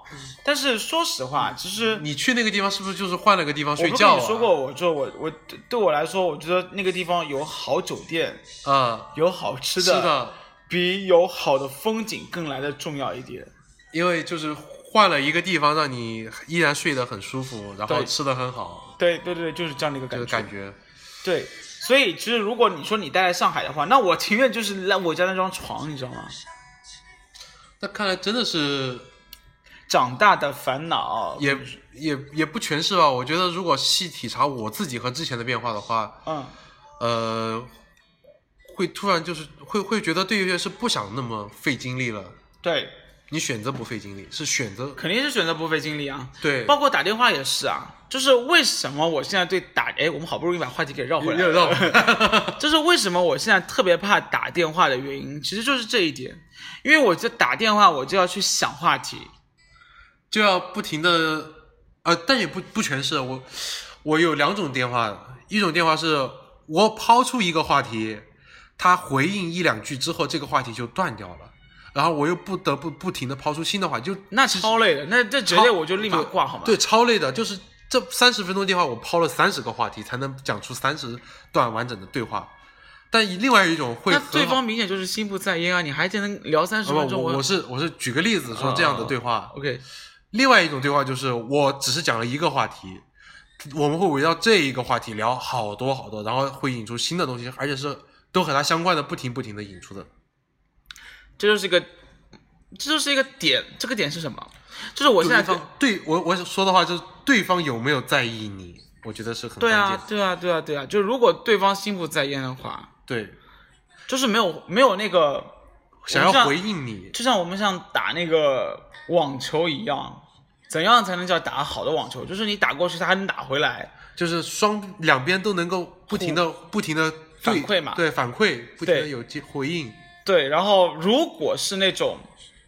[SPEAKER 4] 但是说实话，其实
[SPEAKER 5] 你去那个地方是不是就是换了个地方
[SPEAKER 4] 我
[SPEAKER 5] 睡
[SPEAKER 4] 不
[SPEAKER 5] 觉、
[SPEAKER 4] 跟
[SPEAKER 5] 啊？
[SPEAKER 4] 你说过，我就我我对我来说，我觉得那个地方有好酒店，
[SPEAKER 5] 啊，
[SPEAKER 4] 有好吃
[SPEAKER 5] 是
[SPEAKER 4] 的，
[SPEAKER 5] 的，
[SPEAKER 4] 比有好的风景更来的重要一点。
[SPEAKER 5] 因为就是换了一个地方，让你依然睡得很舒服，然后
[SPEAKER 4] 对
[SPEAKER 5] 吃得很好，
[SPEAKER 4] 对对对，就是这样的一个
[SPEAKER 5] 这
[SPEAKER 4] 感
[SPEAKER 5] 个
[SPEAKER 4] 觉。
[SPEAKER 5] 感觉。
[SPEAKER 4] 对，所以其实如果你说你待在上海的话，那我情愿就是来我家那张床，你知道吗？
[SPEAKER 5] 那看来真的是
[SPEAKER 4] 长大的烦恼，
[SPEAKER 5] 也也也不全是吧？我觉得如果细体察我自己和之前的变化的话，
[SPEAKER 4] 嗯，
[SPEAKER 5] 呃，会突然就是会会觉得对于是不想那么费精力了。
[SPEAKER 4] 对，
[SPEAKER 5] 你选择不费精力，是选择
[SPEAKER 4] 肯定是选择不费精力啊。
[SPEAKER 5] 对，
[SPEAKER 4] 包括打电话也是啊，就是为什么我现在对打，哎，我们好不容易把话题给绕回来
[SPEAKER 5] 又
[SPEAKER 4] 了，
[SPEAKER 5] 绕回来
[SPEAKER 4] 就是为什么我现在特别怕打电话的原因，其实就是这一点，因为我这打电话我就要去想话题，
[SPEAKER 5] 就要不停的，呃，但也不不全是我，我有两种电话，一种电话是我抛出一个话题，他回应一两句之后，这个话题就断掉了，然后我又不得不不停的抛出新的话，就
[SPEAKER 4] 那超累的，那这绝对我就立马挂好吗？
[SPEAKER 5] 对，超累的，就是这三十分钟电话，我抛了三十个话题才能讲出三十段完整的对话，但以另外一种会
[SPEAKER 4] 那
[SPEAKER 5] 很
[SPEAKER 4] 对
[SPEAKER 5] 好啊
[SPEAKER 4] 方明显就是心不在焉啊，你还真能聊三十
[SPEAKER 5] 不不
[SPEAKER 4] 分钟？啊
[SPEAKER 5] 我我是我是举个例子说这样的对话，
[SPEAKER 4] OK，
[SPEAKER 5] 另外一种对话就是，我只是讲了一个话题，我们会围绕这一个话题聊好多好多，然后会引出新的东西，而且是都和它相关的，不停不停的引出的。
[SPEAKER 4] 这就是一个，这就是一个点，这个点是什么？就是我现在
[SPEAKER 5] 对
[SPEAKER 4] 就
[SPEAKER 5] 对我我说的话就是对方有没有在意你，我觉得是很
[SPEAKER 4] 对
[SPEAKER 5] 关
[SPEAKER 4] 啊
[SPEAKER 5] 键，的。
[SPEAKER 4] 对啊，对啊，对啊，就如果对方心不在焉的话，
[SPEAKER 5] 对，
[SPEAKER 4] 就是没有没有那个
[SPEAKER 5] 想
[SPEAKER 4] 我们
[SPEAKER 5] 要
[SPEAKER 4] 像
[SPEAKER 5] 回应你，
[SPEAKER 4] 就像我们像打那个网球一样，怎样才能叫打好的网球？就是你打过去，他还能打回来。
[SPEAKER 5] 就是双两边都能够不停的不停的
[SPEAKER 4] 反馈嘛
[SPEAKER 5] 对反馈，不停的
[SPEAKER 4] 对
[SPEAKER 5] 有接回应，
[SPEAKER 4] 对，然后如果是那种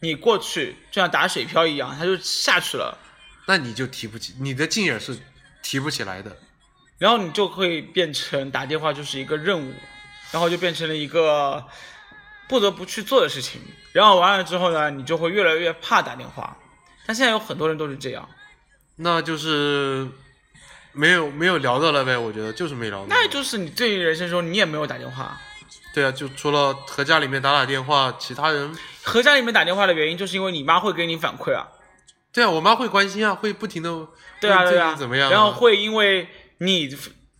[SPEAKER 4] 你过去就像打水漂一样，他就下去了，
[SPEAKER 5] 那你就提不起，你的劲也是提不起来的。
[SPEAKER 4] 然后你就会变成打电话就是一个任务，然后就变成了一个不得不去做的事情。然后完了之后呢，你就会越来越怕打电话。但现在有很多人都是这样，
[SPEAKER 5] 那就是没有没有聊到了呗，我觉得就是没聊到。
[SPEAKER 4] 那就是你对于人生中你也没有打电话。
[SPEAKER 5] 对啊，就除了和家里面打打电话，其他人
[SPEAKER 4] 和家里面打电话的原因就是因为你妈会给你反馈啊，
[SPEAKER 5] 对啊，我妈会关心啊，会不停的
[SPEAKER 4] 对啊，对啊，
[SPEAKER 5] 怎么样啊、
[SPEAKER 4] 然后会因为你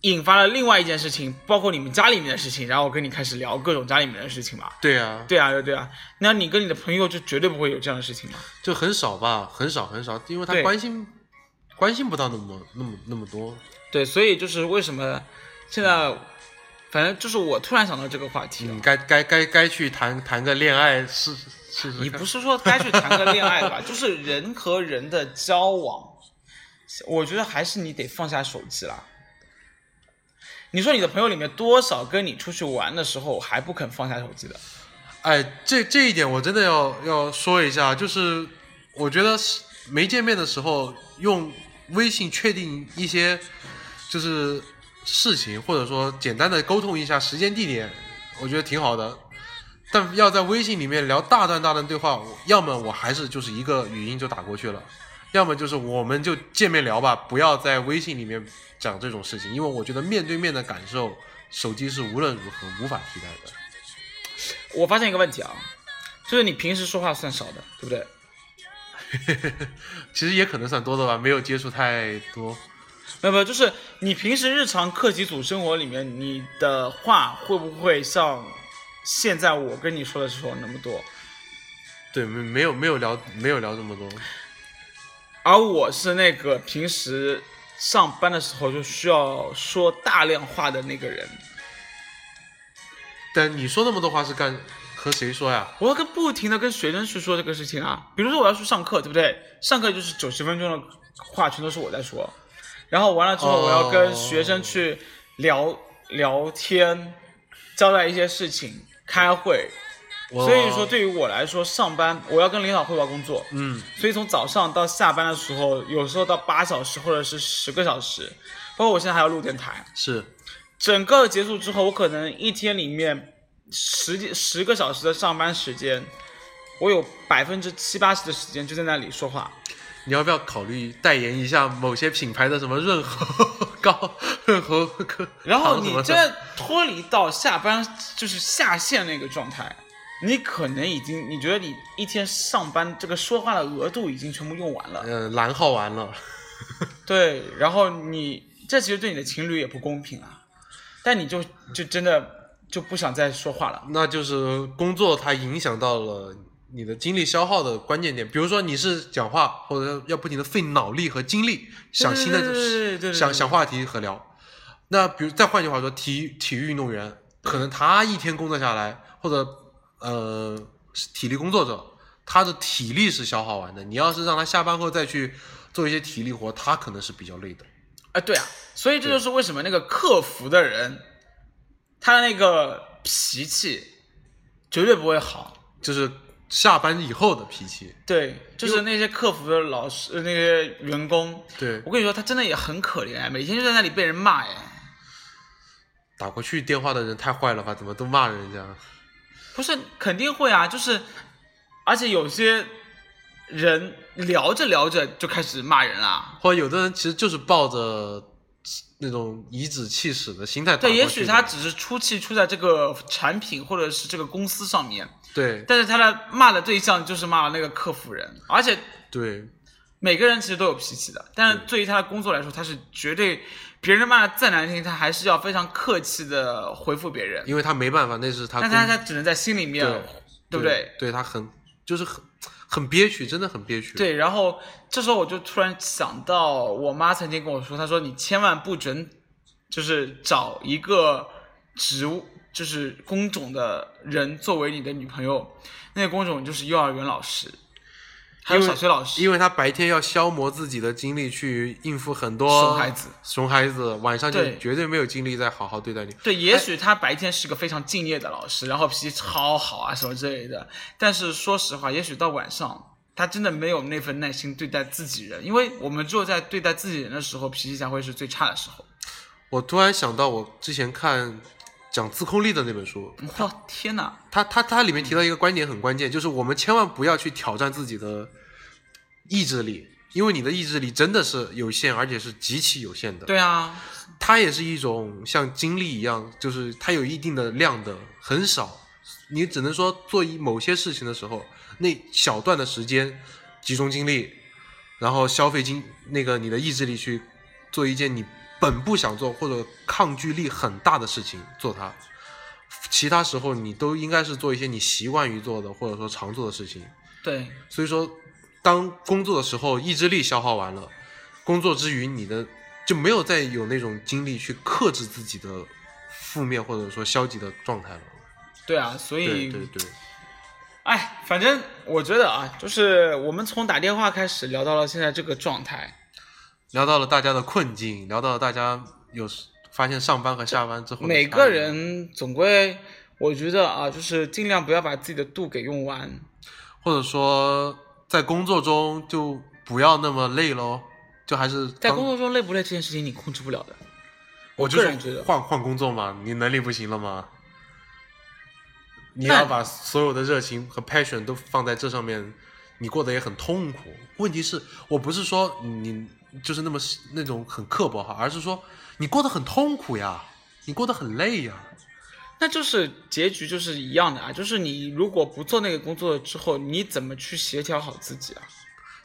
[SPEAKER 4] 引发了另外一件事情，包括你们家里面的事情，然后跟你开始聊各种家里面的事情嘛。
[SPEAKER 5] 对啊，
[SPEAKER 4] 对啊，对啊，那你跟你的朋友就绝对不会有这样的事情嘛。
[SPEAKER 5] 就很少吧，很少很少，因为她
[SPEAKER 4] 对
[SPEAKER 5] 关心关心不到那么那么那么多。
[SPEAKER 4] 对，所以就是为什么现在，反正就是我突然想到这个话题了。
[SPEAKER 5] 你嗯该该该该去谈谈个恋爱试试试看。
[SPEAKER 4] 你不是说该去谈个恋爱吧？ 就是人和人的交往，我觉得还是你得放下手机啦。你说你的朋友里面多少跟你出去玩的时候还不肯放下手机的？
[SPEAKER 5] 哎，这这一点我真的要要说一下，就是我觉得是没见面的时候用微信确定一些就是事情，或者说简单的沟通一下时间地点，我觉得挺好的。但要在微信里面聊大段大段对话，我要么我还是就是一个语音就打过去了，要么就是我们就见面聊吧，不要在微信里面讲这种事情，因为我觉得面对面的感受，手机是无论如何无法替代的。
[SPEAKER 4] 我发现一个问题啊，就是你平时说话算少的，对不对？
[SPEAKER 5] 其实也可能算多的吧，没有接触太多。
[SPEAKER 4] 没有没有，就是你平时日常课题组生活里面，你的话会不会像现在我跟你说的时候那么多？
[SPEAKER 5] 对，没没有没有聊没有聊这么多。
[SPEAKER 4] 而我是那个平时上班的时候就需要说大量话的那个人。
[SPEAKER 5] 但你说那么多话是干和谁说呀？
[SPEAKER 4] 我要跟不停的跟学生去说这个事情啊。比如说我要去上课，对不对？上课就是九十分钟的话全都是我在说，然后完了之后
[SPEAKER 5] 哦
[SPEAKER 4] 我要跟学生去聊、聊天，交代一些事情，开会。
[SPEAKER 5] 我
[SPEAKER 4] 所以说对于我来说，上班我要跟领导汇报工作，
[SPEAKER 5] 嗯，
[SPEAKER 4] 所以从早上到下班的时候，有时候到八小时或者是十个小时，包括我现在还要录电台，
[SPEAKER 5] 是
[SPEAKER 4] 整个结束之后，我可能一天里面十十个小时的上班时间，我有百分之七八十的时间就在那里说话。
[SPEAKER 5] 你要不要考虑代言一下某些品牌的什么润喉膏、 润喉膏？
[SPEAKER 4] 然后
[SPEAKER 5] 糖什
[SPEAKER 4] 你
[SPEAKER 5] 么的
[SPEAKER 4] 真的脱离到下班就是下线那个状态，你可能已经你觉得你一天上班这个说话的额度已经全部用完了，
[SPEAKER 5] 嗯，蓝耗完了，
[SPEAKER 4] 对，然后你这其实对你的情侣也不公平啊，但你就就真的就不想再说话了。
[SPEAKER 5] 那就是工作它影响到了你的精力消耗的关键点。比如说你是讲话，或者要不停的费脑力和精力想新
[SPEAKER 4] 对对对对对
[SPEAKER 5] 的想想话题和聊。那比如再换句话说，体育体育运动员可能他一天工作下来，或者呃是体力工作者，他的体力是消耗完的。你要是让他下班后再去做一些体力活，他可能是比较累的。
[SPEAKER 4] 啊，对啊，所以这就是为什么那个客服的人，他的那个脾气绝对不会好。
[SPEAKER 5] 就是下班以后的脾气，
[SPEAKER 4] 对，就是那些客服的老师，呃那些员工，
[SPEAKER 5] 对
[SPEAKER 4] 我跟你说，他真的也很可怜哎，每天就在那里被人骂哎。
[SPEAKER 5] 打过去电话的人太坏了吧？怎么都骂人家？
[SPEAKER 4] 不是，肯定会啊，就是，而且有些人聊着聊着就开始骂人啦。
[SPEAKER 5] 或者有的人其实就是抱着那种颐指气使的心态打过
[SPEAKER 4] 对，
[SPEAKER 5] 去的。
[SPEAKER 4] 也许他只是出气出在这个产品或者是这个公司上面，
[SPEAKER 5] 对
[SPEAKER 4] 但是他的骂的对象就是骂那个客服人，而且
[SPEAKER 5] 对
[SPEAKER 4] 每个人其实都有脾气的，但是对于他的工作来说，他是绝对别人骂的再难听，他还是要非常客气的回复别人。
[SPEAKER 5] 因为他没办法，那是他
[SPEAKER 4] 但
[SPEAKER 5] 工
[SPEAKER 4] 他他只能在心里面，
[SPEAKER 5] 对
[SPEAKER 4] 对不
[SPEAKER 5] 对
[SPEAKER 4] 对？？
[SPEAKER 5] 对他很就是很很憋屈，真的很憋屈。
[SPEAKER 4] 对，然后这时候我就突然想到，我妈曾经跟我说，她说你千万不准，就是找一个职务就是工种的人作为你的女朋友，那个工种就是幼儿园老师，还有
[SPEAKER 5] 因为
[SPEAKER 4] 小学老师，
[SPEAKER 5] 因为他白天要消磨自己的精力去应付很多
[SPEAKER 4] 熊孩子，
[SPEAKER 5] 熊孩子晚上就
[SPEAKER 4] 对
[SPEAKER 5] 绝对没有精力再好好对待你。
[SPEAKER 4] 对，也许他白天是个非常敬业的老师，然后脾气超好啊什么之类的。但是说实话，也许到晚上，他真的没有那份耐心对待自己人，因为我们只有在对待自己人的时候，脾气才会是最差的时候。
[SPEAKER 5] 我突然想到，我之前看讲自控力的那本书，
[SPEAKER 4] 哇，天哪！
[SPEAKER 5] 他他他里面提到一个观点很关键，就是我们千万不要去挑战自己的意志力，因为你的意志力真的是有限，而且是极其有限的。，
[SPEAKER 4] 对啊，
[SPEAKER 5] 它也是一种像精力一样，就是它有一定的量的，很少。你只能说做一某些事情的时候，那小段的时间集中精力，然后消费精那个你的意志力去做一件你本不想做或者抗拒力很大的事情，做它。其他时候你都应该是做一些你习惯于做的或者说常做的事情。
[SPEAKER 4] 对
[SPEAKER 5] 所以说，当工作的时候，意志力消耗完了，工作之余你的就没有再有那种精力去克制自己的负面或者说消极的状态了。
[SPEAKER 4] 对啊，所
[SPEAKER 5] 对
[SPEAKER 4] 以
[SPEAKER 5] 对对，
[SPEAKER 4] 哎，反正我觉得啊，就是我们从打电话开始聊到了现在这个状态，
[SPEAKER 5] 聊到了大家的困境，聊到了大家有时发现上班和下班之后的
[SPEAKER 4] 每
[SPEAKER 5] 差
[SPEAKER 4] 个
[SPEAKER 5] 异
[SPEAKER 4] 人总归，我觉得啊，就是尽量不要把自己的度给用完。
[SPEAKER 5] 或者说在工作中就不要那么累喽，就还是
[SPEAKER 4] 在
[SPEAKER 5] 当
[SPEAKER 4] 工作中累不累这件事情，你控制不了的。
[SPEAKER 5] 我
[SPEAKER 4] 个
[SPEAKER 5] 就
[SPEAKER 4] 人觉
[SPEAKER 5] 是
[SPEAKER 4] 得
[SPEAKER 5] 换换工作嘛，你能力不行了吗？你
[SPEAKER 4] 那
[SPEAKER 5] 要把所有的热情和 passion 都放在这上面，你过得也很痛苦。问题是我不是说你就是那么那种很刻薄哈，而是说你过得很痛苦呀，你过得很累呀。
[SPEAKER 4] 那就是结局就是一样的啊，就是你如果不做那个工作之后，你怎么去协调好自己啊？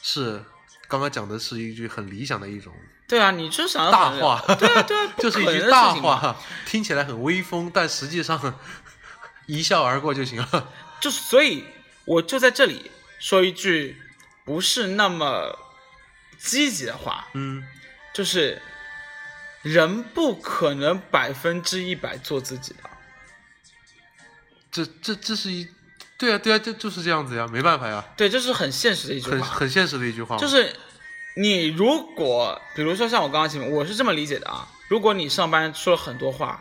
[SPEAKER 5] 是，刚刚讲的是一句很理想的一种
[SPEAKER 4] 对啊，你就想要
[SPEAKER 5] 大
[SPEAKER 4] 怎么
[SPEAKER 5] 话，
[SPEAKER 4] 样，对啊对啊
[SPEAKER 5] 就是一
[SPEAKER 4] 不可能
[SPEAKER 5] 句
[SPEAKER 4] 的
[SPEAKER 5] 大
[SPEAKER 4] 事情嘛，
[SPEAKER 5] 话，听起来很威风，但实际上 一笑而过就行了。
[SPEAKER 4] 就是所以我就在这里说一句不是那么积极的话，
[SPEAKER 5] 嗯，
[SPEAKER 4] 就是人不可能百分之一百做自己的，
[SPEAKER 5] 这这这是一，对啊对啊，这就是这样子呀，没办法呀，
[SPEAKER 4] 对，这是很现实的一句
[SPEAKER 5] 很
[SPEAKER 4] 话，
[SPEAKER 5] 很现实的一句话嘛，
[SPEAKER 4] 就是你如果比如说像我刚刚前面，我是这么理解的啊，如果你上班说了很多话，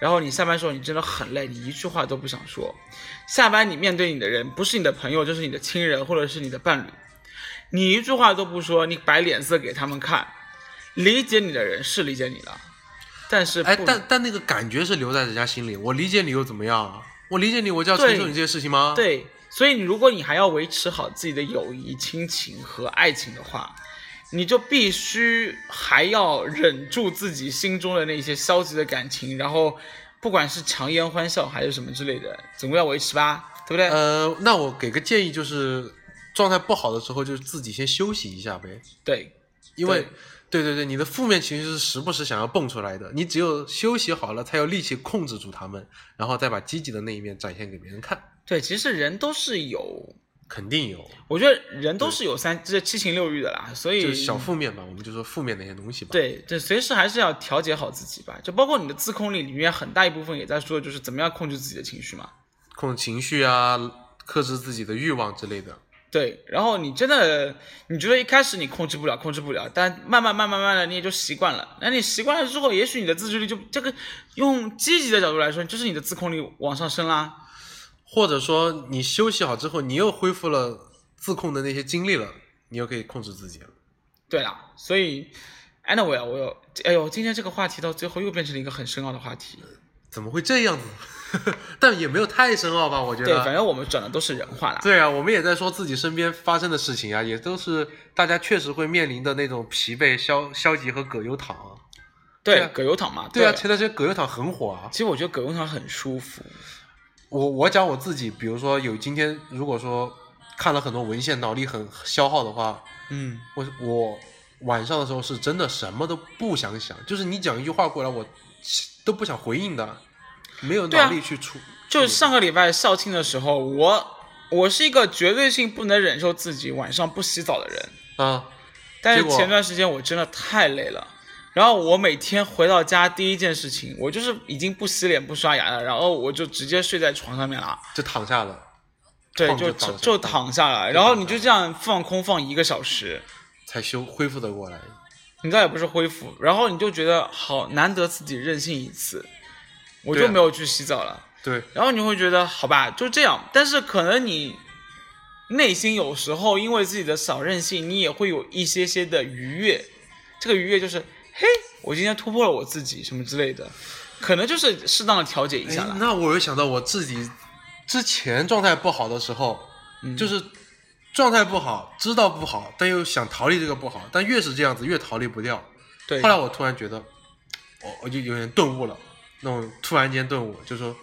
[SPEAKER 4] 然后你下班时候你真的很累，你一句话都不想说，下班你面对你的人不是你的朋友就是你的亲人或者是你的伴侣，你一句话都不说，你摆脸色给他们看，理解你的人是理解你了，但是
[SPEAKER 5] 哎，
[SPEAKER 4] 不
[SPEAKER 5] 但但那个感觉是留在人家心里，我理解你又怎么样啊？我理解你，我就要承
[SPEAKER 4] 对
[SPEAKER 5] 受你这些事情吗？，
[SPEAKER 4] 对，所以你如果你还要维持好自己的友谊、亲情和爱情的话，你就必须还要忍住自己心中的那些消极的感情，然后不管是强颜欢笑还是什么之类的，总归要维持吧，对不对？
[SPEAKER 5] 呃，那我给个建议，就是状态不好的时候，就是自己先休息一下呗，
[SPEAKER 4] 对，
[SPEAKER 5] 因为对对对，你的负面情绪是时不时想要蹦出来的，你只有休息好了，才有力气控制住他们，然后再把积极的那一面展现给别人看，
[SPEAKER 4] 对，其实人都是有，
[SPEAKER 5] 肯定有，
[SPEAKER 4] 我觉得人都是有三这七情六欲的啦，所
[SPEAKER 5] 就
[SPEAKER 4] 以
[SPEAKER 5] 是小负面吧，我们就说负面的一些东西吧。，
[SPEAKER 4] 对对，随时还是要调节好自己吧，就包括你的自控力里面很大一部分也在说，就是怎么样控制自己的情绪嘛。
[SPEAKER 5] 控制情绪啊，克制自己的欲望之类的。
[SPEAKER 4] 对，然后你真的，你觉得一开始你控制不了，控制不了，但慢慢慢慢慢的你也就习惯了。那你习惯了之后，也许你的自制力就这个，用积极的角度来说，就是你的自控力往上升啦。
[SPEAKER 5] 或者说你休息好之后，你又恢复了自控的那些精力了，你又可以控制自己了。
[SPEAKER 4] 对啦，所以，anyway，我有，哎呦，今天这个话题到最后又变成了一个很深奥的话题。
[SPEAKER 5] 怎么会这样子？ 但也没有太深奥吧，我觉
[SPEAKER 4] 对，反
[SPEAKER 5] 得。
[SPEAKER 4] 正我们转的都是人话啦。
[SPEAKER 5] 对啊，我们也在说自己身边发生的事情啊，也都是大家确实会面临的那种疲惫、消消极和葛优躺啊。
[SPEAKER 4] 对，
[SPEAKER 5] 对啊
[SPEAKER 4] 葛优躺嘛。
[SPEAKER 5] 对啊，前
[SPEAKER 4] 其
[SPEAKER 5] 段时间葛优躺很火啊。
[SPEAKER 4] 实我觉得葛优躺很舒服。
[SPEAKER 5] 我我讲我自己，比如说有今天如果说看了很多文献，脑力很消耗的话，
[SPEAKER 4] 嗯，
[SPEAKER 5] 我我晚上的时候是真的什么都不想想，就是你讲一句话过来，我都不想回应的，没有
[SPEAKER 4] 对啊
[SPEAKER 5] 脑力去处。
[SPEAKER 4] 就上个礼拜校庆的时候，我我是一个绝对性不能忍受自己晚上不洗澡的人。
[SPEAKER 5] 啊，
[SPEAKER 4] 但是
[SPEAKER 5] 结果
[SPEAKER 4] 前段时间我真的太累了，然后我每天回到家第一件事情，我就是已经不洗脸不刷牙了，然后我就直接睡在床上面了，
[SPEAKER 5] 就躺下了。
[SPEAKER 4] 对，
[SPEAKER 5] 放
[SPEAKER 4] 就
[SPEAKER 5] 就躺下
[SPEAKER 4] 就躺下了，然后你就这样放空放一个小时，
[SPEAKER 5] 才修恢复得过来。
[SPEAKER 4] 你再也不是恢复，然后你就觉得好难得自己任性一次，我
[SPEAKER 5] 对
[SPEAKER 4] 就
[SPEAKER 5] 啊
[SPEAKER 4] 没有去洗澡了，
[SPEAKER 5] 对，
[SPEAKER 4] 然后你会觉得好吧，就这样，但是可能你。内心有时候因为自己的小任性，你也会有一些些的愉悦，这个愉悦就是，嘿，我今天突破了我自己什么之类的，可能就是适当的调节一下啦。
[SPEAKER 5] 哎那我又想到我自己之前状态不好的时候，
[SPEAKER 4] 嗯
[SPEAKER 5] 就是状态不好，知道不好，但又想逃离这个不好，但越是这样子越逃离不掉。
[SPEAKER 4] 对，
[SPEAKER 5] 后来我突然觉得，我我就有点顿悟了，那种突然间顿悟，就说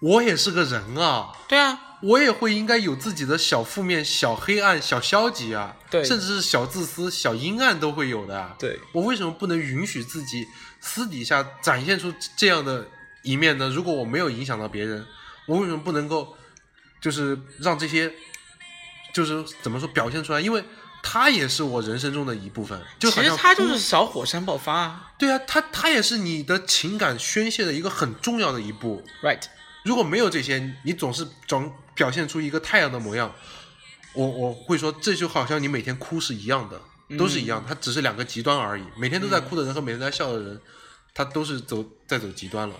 [SPEAKER 5] 我也是个人啊，
[SPEAKER 4] 对啊，
[SPEAKER 5] 我也会应该有自己的小负面、小黑暗、小消极啊，
[SPEAKER 4] 对
[SPEAKER 5] 甚至是小自私、小阴暗都会有的啊。
[SPEAKER 4] 对
[SPEAKER 5] 我为什么不能允许自己私底下展现出这样的一面呢？如果我没有影响到别人，我为什么不能够就是让这些就是怎么说表现出来？因为它也是我人生中的一部分，就好
[SPEAKER 4] 其实
[SPEAKER 5] 像嗯
[SPEAKER 4] 它就是小火山爆发啊
[SPEAKER 5] 对啊，它它也是你的情感宣泄的一个很重要的一步。
[SPEAKER 4] ，right？
[SPEAKER 5] 如果没有这些，你总是总表现出一个太阳的模样，我我会说这就好像你每天哭是一样
[SPEAKER 4] 嗯
[SPEAKER 5] 的，都是一样，它只是两个极端而已。每天都在哭的人和每天在笑的人，他都是走在走极端了。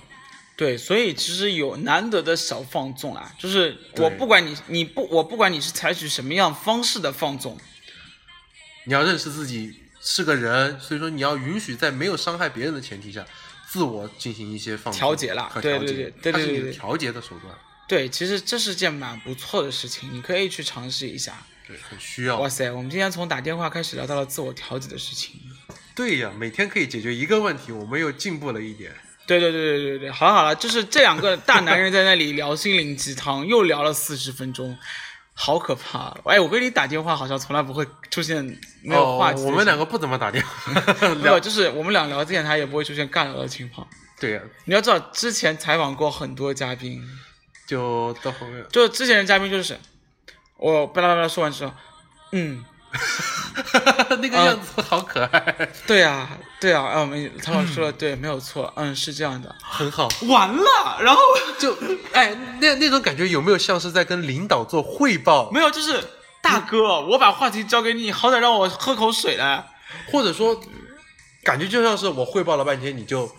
[SPEAKER 4] 对，所以其实有难得的小放纵啊，就是我
[SPEAKER 5] 对
[SPEAKER 4] 不管你，你不，我不管你是采取什么样方式的放纵，
[SPEAKER 5] 你要认识自己是个人，所以说你要允许在没有伤害别人的前提下，自我进行一些放松
[SPEAKER 4] 调节啦
[SPEAKER 5] 和
[SPEAKER 4] 对
[SPEAKER 5] 调
[SPEAKER 4] 对对
[SPEAKER 5] 节，
[SPEAKER 4] 对对
[SPEAKER 5] 它是
[SPEAKER 4] 对
[SPEAKER 5] 你
[SPEAKER 4] 对
[SPEAKER 5] 的调节的手段，
[SPEAKER 4] 对，其实这是件蛮不错的事情，你可以去尝试一下。
[SPEAKER 5] 对，很需要
[SPEAKER 4] 哇。塞，我们今天从打电话开始聊到了自我调节的事情。
[SPEAKER 5] 对呀，每天可以解决一个问题，我们又进步了一点。
[SPEAKER 4] 对对对对对对，好了好了，就是这两个大男人在那里聊心灵鸡汤， 又聊了四十分钟，好可怕！哎，我跟你打电话好像从来不会出现没有话题、
[SPEAKER 5] 哦，我们两个不怎么打 电话
[SPEAKER 4] 没有，
[SPEAKER 5] 聊。
[SPEAKER 4] 就是我们俩聊电台也不会出现尬聊的情况。
[SPEAKER 5] 对呀，
[SPEAKER 4] 你要知道，之前采访过很多嘉宾，
[SPEAKER 5] 就到后面。
[SPEAKER 4] 就之前的嘉宾就是我巴拉巴拉说完之后，嗯，
[SPEAKER 5] 那个样子好可爱，
[SPEAKER 4] 对啊，对啊，啊，我们唐老师说的对，没有错，嗯，是这样的。
[SPEAKER 5] 很好。
[SPEAKER 4] 完了，然后
[SPEAKER 5] 就哎，那那种感觉有没有像是在跟领导做汇报
[SPEAKER 4] 没，有，就是大哥，我把话题交给你，好歹让我喝口水来。
[SPEAKER 5] 或者说感觉就像是我汇报了半天，你就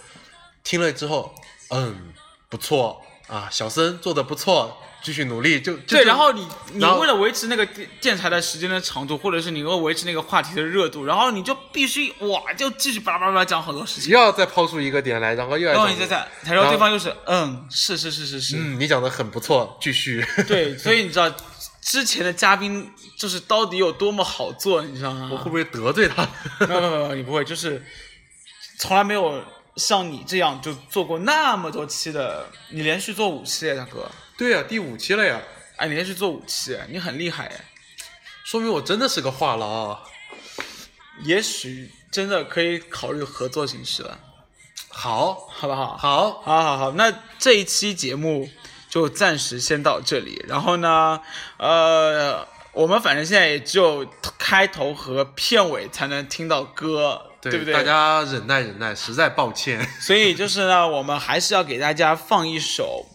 [SPEAKER 5] 听了之后，嗯，不错啊，小森做的不错，继续努力，就就
[SPEAKER 4] 对，
[SPEAKER 5] 就
[SPEAKER 4] 然后你你
[SPEAKER 5] 然后
[SPEAKER 4] 为了维持那个电电台的时间的长度，或者是你为了维持那个话题的热度，然后你就必须哇，就继续巴拉巴拉巴拉讲很多事情，
[SPEAKER 5] 又要再抛出一个点来，然后又要
[SPEAKER 4] 然后
[SPEAKER 5] 讲
[SPEAKER 4] 你再再，然
[SPEAKER 5] 然
[SPEAKER 4] 后
[SPEAKER 5] 后
[SPEAKER 4] 对方又是嗯，是是是是是，
[SPEAKER 5] 嗯，你讲的很不错，继 续。
[SPEAKER 4] 对，所以你知道之前的嘉宾就是到底有多么好做，你知道吗？
[SPEAKER 5] 我会不会得罪他？
[SPEAKER 4] 没有没有没有，你不会，就是从来没有像你这样就做过那么多期的，你连续做五期耶，大哥，
[SPEAKER 5] 对呀、第五期了呀，
[SPEAKER 4] 哎，你连续做五期，你很厉害哎，
[SPEAKER 5] 说明我真的是个话痨。啊
[SPEAKER 4] 也许真的可以考虑合作形式了，
[SPEAKER 5] 好，
[SPEAKER 4] 好不好？
[SPEAKER 5] 好，
[SPEAKER 4] 好好好，那这一期节目就暂时先到这里。然后呢，呃，我们反正现在也只有开头和片尾才能听到歌，对不对？
[SPEAKER 5] 大家忍耐忍耐，实在抱歉。
[SPEAKER 4] 所以就是呢，我们还是要给大家放一首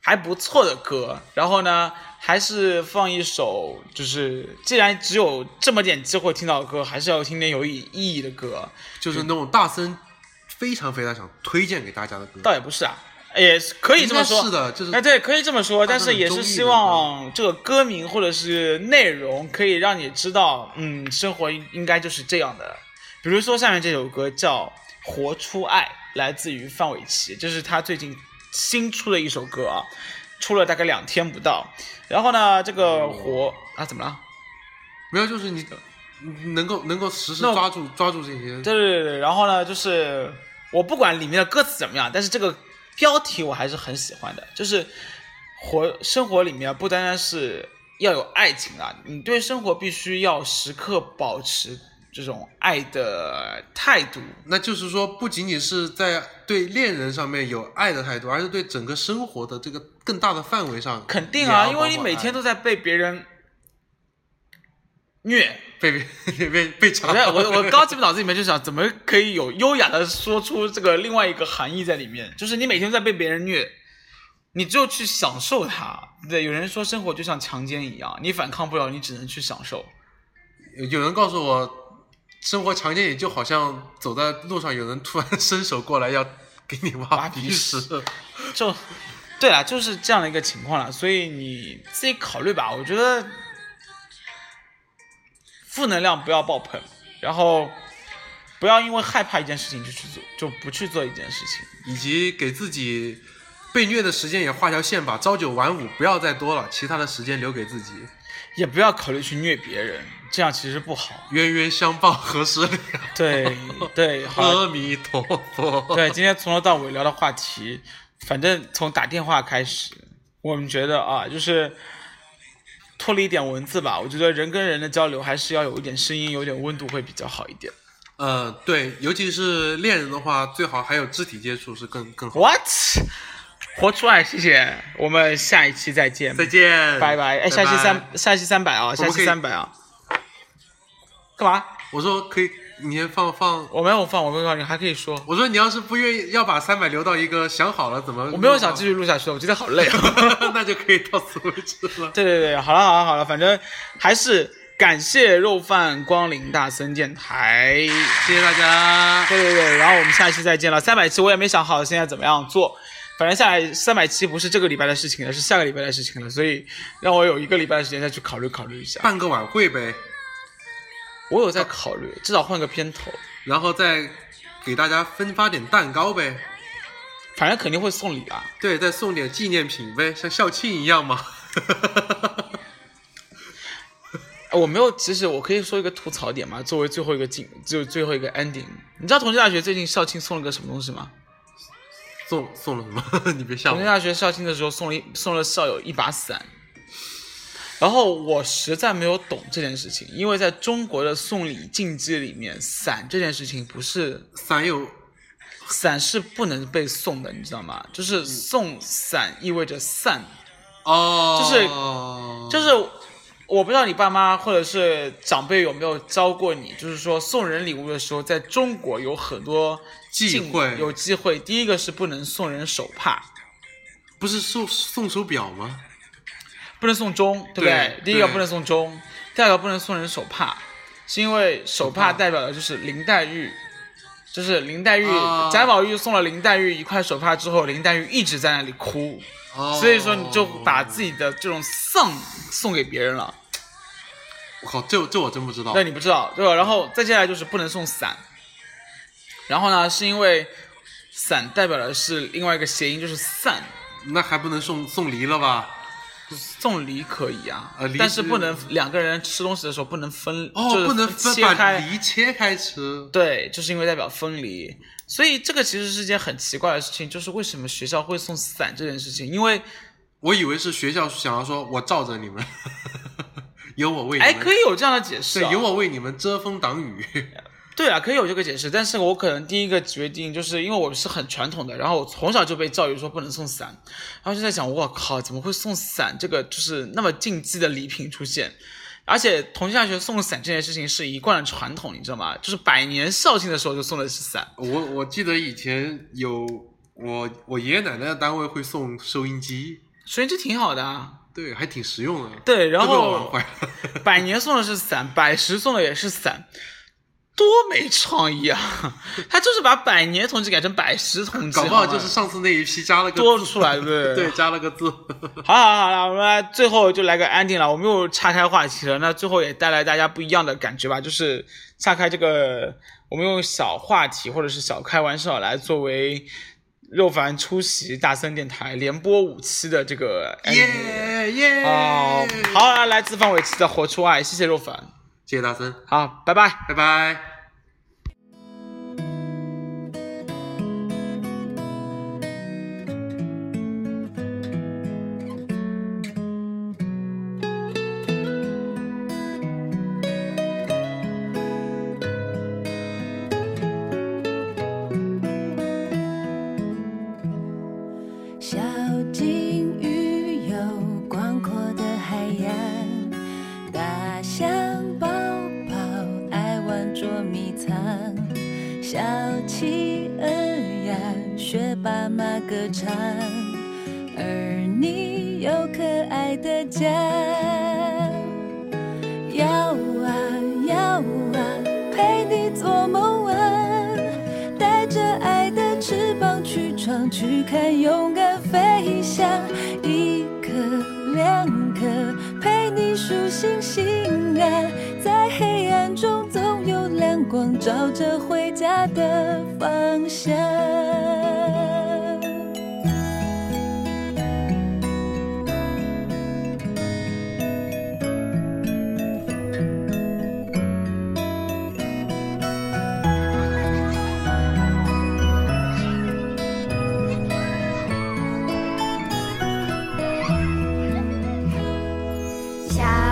[SPEAKER 4] 还不错的歌，然后呢，还是放一首，就是既然只有这么点机会听到歌，还是要听点有意意义的歌。
[SPEAKER 5] 就是那种大森非常非常想推荐给大家的歌。
[SPEAKER 4] 倒也不是啊，也是可以这么说，
[SPEAKER 5] 应该是的就是
[SPEAKER 4] 哎，对，可以这么说，但
[SPEAKER 5] 大家
[SPEAKER 4] 是
[SPEAKER 5] 很
[SPEAKER 4] 也
[SPEAKER 5] 中
[SPEAKER 4] 是
[SPEAKER 5] 意
[SPEAKER 4] 希
[SPEAKER 5] 的
[SPEAKER 4] 望这个歌名或者是内容可以让你知道，嗯，生活应应该就是这样的。比如说下面这首歌叫《活出爱》，来自于范玮琪，这是他最近新出的一首歌啊，出了大概两天不到。然后呢，这
[SPEAKER 5] 哦
[SPEAKER 4] 个活啊怎么了？
[SPEAKER 5] 没有，就是你你能够能够实时
[SPEAKER 4] 那
[SPEAKER 5] 抓住抓住这
[SPEAKER 4] 对
[SPEAKER 5] 些。
[SPEAKER 4] 对对对，然后呢，就是我不管里面的歌词怎么样，但是这个标题我还是很喜欢的，就是活生活里面不单单是要有爱情啊，你对生活必须要时刻保持这种爱的态度。
[SPEAKER 5] 那就是说，不仅仅是在对恋人上面有爱的态度，而是对整个生活的这个更大的范围上，
[SPEAKER 4] 肯定
[SPEAKER 5] 也
[SPEAKER 4] 啊，
[SPEAKER 5] 要
[SPEAKER 4] 因为你
[SPEAKER 5] 包括
[SPEAKER 4] 每
[SPEAKER 5] 爱
[SPEAKER 4] 天都在被别人虐。
[SPEAKER 5] 被 被被被 抢
[SPEAKER 4] 我。在啊我 我刚进脑子里面就想，怎么可以有优雅的说出这个另外一个含义在里面？就是你每天在被别人虐，你只有去享受它。对，有人说生活就像强奸一样，你反抗不了，你只能去享受。
[SPEAKER 5] 有人告诉我，生活强奸也就好像走在路上，有人突然伸手过来要给你挖
[SPEAKER 4] 挖
[SPEAKER 5] 鼻
[SPEAKER 4] 鼻屎
[SPEAKER 5] 屎。
[SPEAKER 4] 就，对啊，就是这样的一个情况了。所以你自己考虑吧。我觉得负能量不要爆棚，然后不要因为害怕一件事情就去做，就不去做一件事情。
[SPEAKER 5] 以及给自己被虐的时间也画条线吧，朝九晚五不要再多了，其他的时间留给自己。
[SPEAKER 4] 也不要考虑去虐别人，这样其实不好。
[SPEAKER 5] 冤冤相报何时了？
[SPEAKER 4] 对对，好，
[SPEAKER 5] 阿弥陀佛。
[SPEAKER 4] 对，今天从头到尾聊的话题，反正从打电话开始，我们觉得啊，就是脱离一点文字吧。我觉得人跟人的交流还是要有一点声音，有点温度会比较好一点。
[SPEAKER 5] 呃，对，尤其是恋人的话，最好还有肢体接触是更更好。
[SPEAKER 4] What？活出来，谢谢，我们下一期再见，
[SPEAKER 5] 再，见，
[SPEAKER 4] 拜拜。哎，下期
[SPEAKER 5] 拜拜
[SPEAKER 4] 三，下期三百啊，
[SPEAKER 5] 我
[SPEAKER 4] 下
[SPEAKER 5] 们可
[SPEAKER 4] 期
[SPEAKER 5] 以
[SPEAKER 4] 三百啊，干嘛？
[SPEAKER 5] 我说可以，你先放放。
[SPEAKER 4] 我没有放，我没有放，你还可以说。
[SPEAKER 5] 我说你要是不愿意要把三百留到一个想好了怎么，
[SPEAKER 4] 我没有想继，续录下去了，我觉得好累、啊。
[SPEAKER 5] 那就可以到此为止了。
[SPEAKER 4] 对对对，好了好了好了，反正还是感谢肉饭光临大森电台。
[SPEAKER 5] 谢谢大家，
[SPEAKER 4] 对对对，然后我们下期再见了。三百期我也没想好现在怎么样做，反正下来三百期不是这个礼拜的事情了，是下个礼拜的事情了，所以让我有一个礼拜的时间再去考虑考虑一下。
[SPEAKER 5] 办个晚会呗，
[SPEAKER 4] 我有在考虑，至少换个片头，
[SPEAKER 5] 然后再给大家分发点蛋糕呗，
[SPEAKER 4] 反正肯定会送礼啊。
[SPEAKER 5] 对，再送点纪念品呗，像校庆一样嘛。
[SPEAKER 4] 哎我没有，其实我可以说一个吐槽点嘛，作为最后一个进，就最后一个 ending。你知道同济大学最近校庆送了个什么东西吗？
[SPEAKER 5] 送送了什么？ 你别吓
[SPEAKER 4] 同济
[SPEAKER 5] 我。
[SPEAKER 4] 大学校庆的时候送了一送了校友一把伞，然后我实在没有懂这件事情，因为在中国的送礼禁忌里面，伞这件事情不是
[SPEAKER 5] 伞有
[SPEAKER 4] 伞是不能被送的，你知道吗？就是送伞意味着散，
[SPEAKER 5] 哦，
[SPEAKER 4] 就是就是我不知道你爸妈或者是长辈有没有教过你，就是说送人礼物的时候，在中国有很多
[SPEAKER 5] 忌
[SPEAKER 4] 禁
[SPEAKER 5] 讳
[SPEAKER 4] 有忌讳。第一个是不能送人手帕，
[SPEAKER 5] 不是送送手表吗？
[SPEAKER 4] 不能送钟，对不
[SPEAKER 5] 对
[SPEAKER 4] 第一个
[SPEAKER 5] 对
[SPEAKER 4] 不能送钟，第二个不能送人手帕，是因为手
[SPEAKER 5] 手
[SPEAKER 4] 帕
[SPEAKER 5] 帕
[SPEAKER 4] 代表的就是林黛玉，就是林黛玉、
[SPEAKER 5] 啊
[SPEAKER 4] 贾宝玉送了林黛玉一块手帕之后，林黛玉一直在那里哭，
[SPEAKER 5] 哦
[SPEAKER 4] 所以说你就把自己的这种丧送给别人了。
[SPEAKER 5] 我靠，这这我真不知道
[SPEAKER 4] 对，。你不知道对吧？然后再下来就是不能送伞，然后呢，是因为伞代表的是另外一个谐音，就是散。
[SPEAKER 5] 那还不能送送梨了吧？
[SPEAKER 4] 送梨可以啊，
[SPEAKER 5] 呃梨
[SPEAKER 4] 但是
[SPEAKER 5] 是
[SPEAKER 4] 不能两个人吃东西的时候不能分，就
[SPEAKER 5] 哦，
[SPEAKER 4] 是
[SPEAKER 5] 不能
[SPEAKER 4] 切
[SPEAKER 5] 把
[SPEAKER 4] 开。
[SPEAKER 5] 梨切开吃。
[SPEAKER 4] 对，就是因为代表分离，所以这个其实是件很奇怪的事情，就是为什么学校会送伞这件事情？因为
[SPEAKER 5] 我以为是学校想要说，我罩着你们， 有我为你们，
[SPEAKER 4] 哎，可以有这样的解释、
[SPEAKER 5] 对，
[SPEAKER 4] 啊，
[SPEAKER 5] 有我为你们遮风挡雨。
[SPEAKER 4] 对啊，可以有这个解释，但是我可能第一个决定就是因为我是很传统的，然后我从小就被教育说不能送伞，然后就在想，我靠，怎么会送伞这个就是那么禁忌的礼品出现？而且同济大学送伞这件事情是一贯的传统，你知道吗？就是百年校庆的时候就送的是伞，
[SPEAKER 5] 我我记得以前有我我爷爷奶奶的单位会送收音机，
[SPEAKER 4] 所以这挺好的啊。
[SPEAKER 5] 对，还挺实用的。
[SPEAKER 4] 对然后
[SPEAKER 5] 这被我玩坏 了。
[SPEAKER 4] 百年送的是伞，百十送的也是伞，多没创意啊！ 他就是把百年同济改成百十同济，
[SPEAKER 5] 搞不好
[SPEAKER 4] 吗
[SPEAKER 5] 就是上次那一批加了个
[SPEAKER 4] 多
[SPEAKER 5] 字
[SPEAKER 4] 出来对不对
[SPEAKER 5] 对，加了个字。
[SPEAKER 4] 好好好了，我们来最后就来个 ending 了，我们又岔开话题了。那最后也带来大家不一样的感觉吧，就是岔开这个，我们用小话题或者是小开玩笑来作为肉凡出席大森电台连播五期的这个 ending。
[SPEAKER 5] 耶耶！
[SPEAKER 4] 哎哦，好，来来自范玮琪的《活出爱》，谢谢肉凡，
[SPEAKER 5] 谢谢大森，
[SPEAKER 4] 好，拜拜。
[SPEAKER 5] 拜拜。
[SPEAKER 6] 小金鱼游广阔的海洋，大象宝宝爱玩捉迷藏，小企鹅呀学爸妈歌唱，而你有可爱的家。要啊要啊，陪你做梦啊，带着爱的翅膀去闯，去看勇敢飞翔。一颗两颗，陪你数星星啊，在黑暗中总有亮光，照着回家的方向。
[SPEAKER 2] 小
[SPEAKER 6] 啊